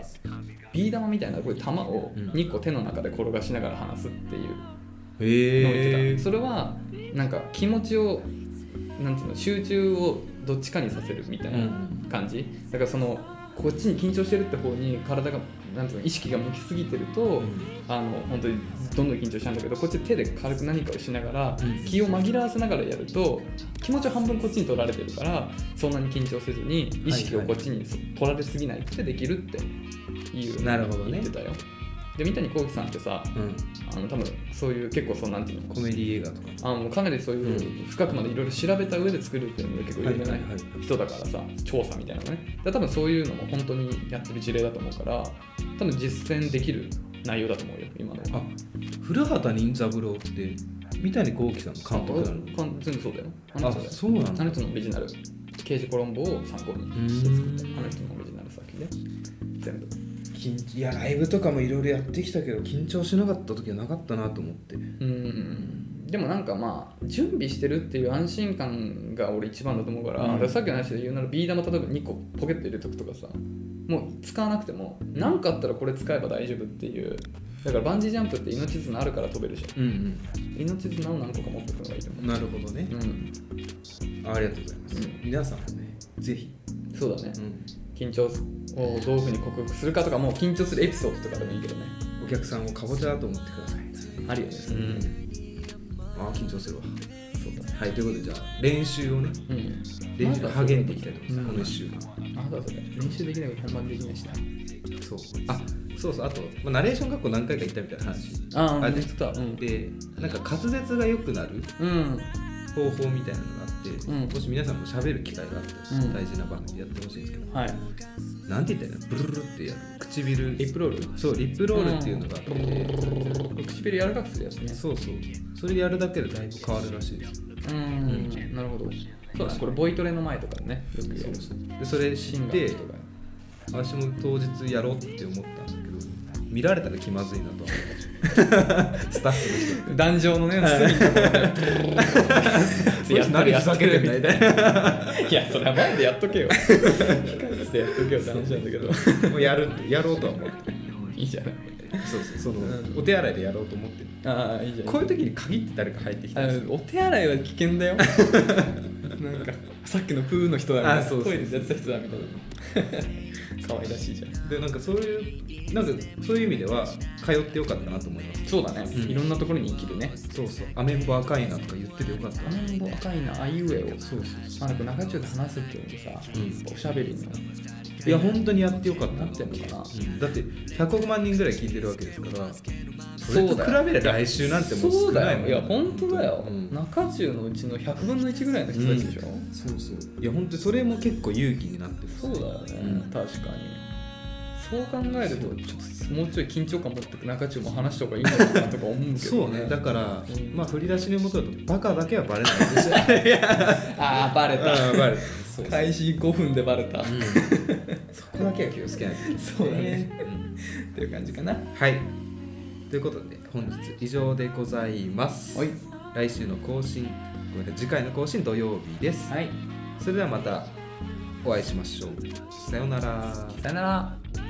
B: ビー玉みたいなこういう玉を
A: うん
B: 2個手の中で転がしながら話すっていうのを言って
A: へ
B: たそれはなんか気持ちをなんていうの集中をどっちかにさせるみたいな感じ、だからそのこっちに緊張してるって方に体がなんていうの意識が向きすぎてると、あの本当にどんどん緊張しちゃうんだけどこっち手で軽く何かをしながら
A: うん
B: 気を紛らわせながらやると気持ちを半分こっちに取られてるからそんなに緊張せずに意識をこっちにそ取られすぎないってできるっていう
A: なるほどね
B: 言ってたよで三谷幸喜さんってさ
A: うん
B: あの多分そういう結構そうなんていうの
A: コメディ映画とか
B: あのかなりそういう深くまでいろいろ調べた上で作るっていうのが結構有名な人だからさ調査みたいなのねだ多分そういうのも本当にやってる事例だと思うから多分実践できる内容だと思うよ今の
A: あ古畑任三郎って三谷幸喜さんの監督なの
B: 完全にそうだよあの
A: あ
B: 人だよ
A: そうなん
B: あ
A: だ
B: の人のオリジナルケージコロンボを参考にして作ったあの人のオリジナル先で全部
A: 緊いやライブとかもいろいろやってきたけど緊張しなかった時はなかったなと思って
B: うんでもなんかまあ準備してるっていう安心感が俺一番だと思うから,、
A: うん
B: さっきの話で言うならビー玉例えば2個ポケット入れとくとかさもう使わなくても何かあったらこれ使えば大丈夫っていうだからバンジージャンプって命綱あるから飛べるじゃ
A: うん
B: ん命綱を何個か持ってくのがいいと思う、
A: なるほどね
B: うん、
A: ありがとうございます
B: うん
A: 皆さんもねぜひ
B: そうだね
A: うん
B: 緊張をどういうふうに克服するかとかもう緊張するエピソードとかでもいいけどね
A: お客さんをかぼちゃだと思ってください
B: あるよねそうれ
A: んあー緊張するわ
B: そうだね
A: はいということでじゃあ練習をね
B: うん
A: 練習励んでいきたいと思います、
B: うん
A: この1週間
B: あなたそれ練習できないこと本番できないしな
A: そうあそうそうあと、まあ、ナレーション学校何回か行ったみたいな話
B: あ
A: あ
B: あ
A: で
B: できたうん
A: でなんか滑舌が良くなる
B: うん
A: 方法みたいなのがあって、
B: うん
A: もし皆さんも喋る機会があったら、
B: うん
A: 大事な場面でやってほしいんですけど、
B: はい
A: なんて言ったらいいのブルルルってやる唇
B: リップロー
A: そうリップロールっていうのがあって、
B: ル唇柔らかくするやつね
A: そうそうそれやるだけでだいぶ変わるらしいです
B: うんなるほどそうだこれボイトレの前とかねよくやる
A: でそれ知
B: シ
A: っ
B: ンガ
A: て
B: ーとか
A: 私も当日やろうって思ったんだけど見られたら気まずいなとは思 ってスタッフの人
B: 壇上のね 隅っこで
A: こいつ何ふざけてんだみたい
B: いやそれは前でやっとけよ控室でやっとけよって話なんだけど
A: なもうやるやろうとは思って
B: いいじゃない
A: そうそうその、
B: うん
A: お手洗いでやろうと思ってる
B: ああいいじゃない
A: こういう時に限って誰か入ってきた
B: あ
A: りする
B: のお手洗いは危険だよなんかさっきのプーの人だみた
A: あ
B: いな
A: そうそう
B: トイレでやってた人だみたいな 可愛らしいじゃん
A: でなんかそういうなんかそういう意味では通ってよかったなと思います
B: そうだね、
A: うん
B: いろんなところに生きるね
A: そうそうアメンボ赤いなとか言っててよかったな
B: あんぼ赤いなあいうえを
A: そうそうそ
B: まあ、なんか長丁で話すっていうのもさ、
A: うん
B: おしゃべりの
A: ういや本当にやってよかった
B: なってんのかな
A: うんだって100億万人ぐらい聞いてるわけですからそれと比べりゃ来週なんてもう
B: そ
A: 少
B: う
A: な
B: だ
A: い
B: よ
A: もん
B: いや本当だよ、
A: うん
B: 中中のうちの100分の1ぐらいの人たちでしょ、
A: そうそういや本当にそれも結構勇気になってる
B: そうだよね、
A: うん
B: 確かにそう考えるとちょっともうちょい緊張感持って中中も話した方がいいのかなとか思うけど、ね、
A: そうねだから、
B: うん
A: まあ振り出しの元だとバカだけはバレないですよ
B: ああバレた、
A: うんバレないそうそう
B: 開始5分でバレた、っ
A: うんそこだけは気をつけないといけない
B: そうだね
A: うん
B: ていう感じかなは
A: はい。ということで、本日以上でございます。
B: い
A: 来週の更新、ごめんなさい、次回の更新土曜日です。
B: はい
A: それではまたお会いしましょう。さようなら。
B: さよなら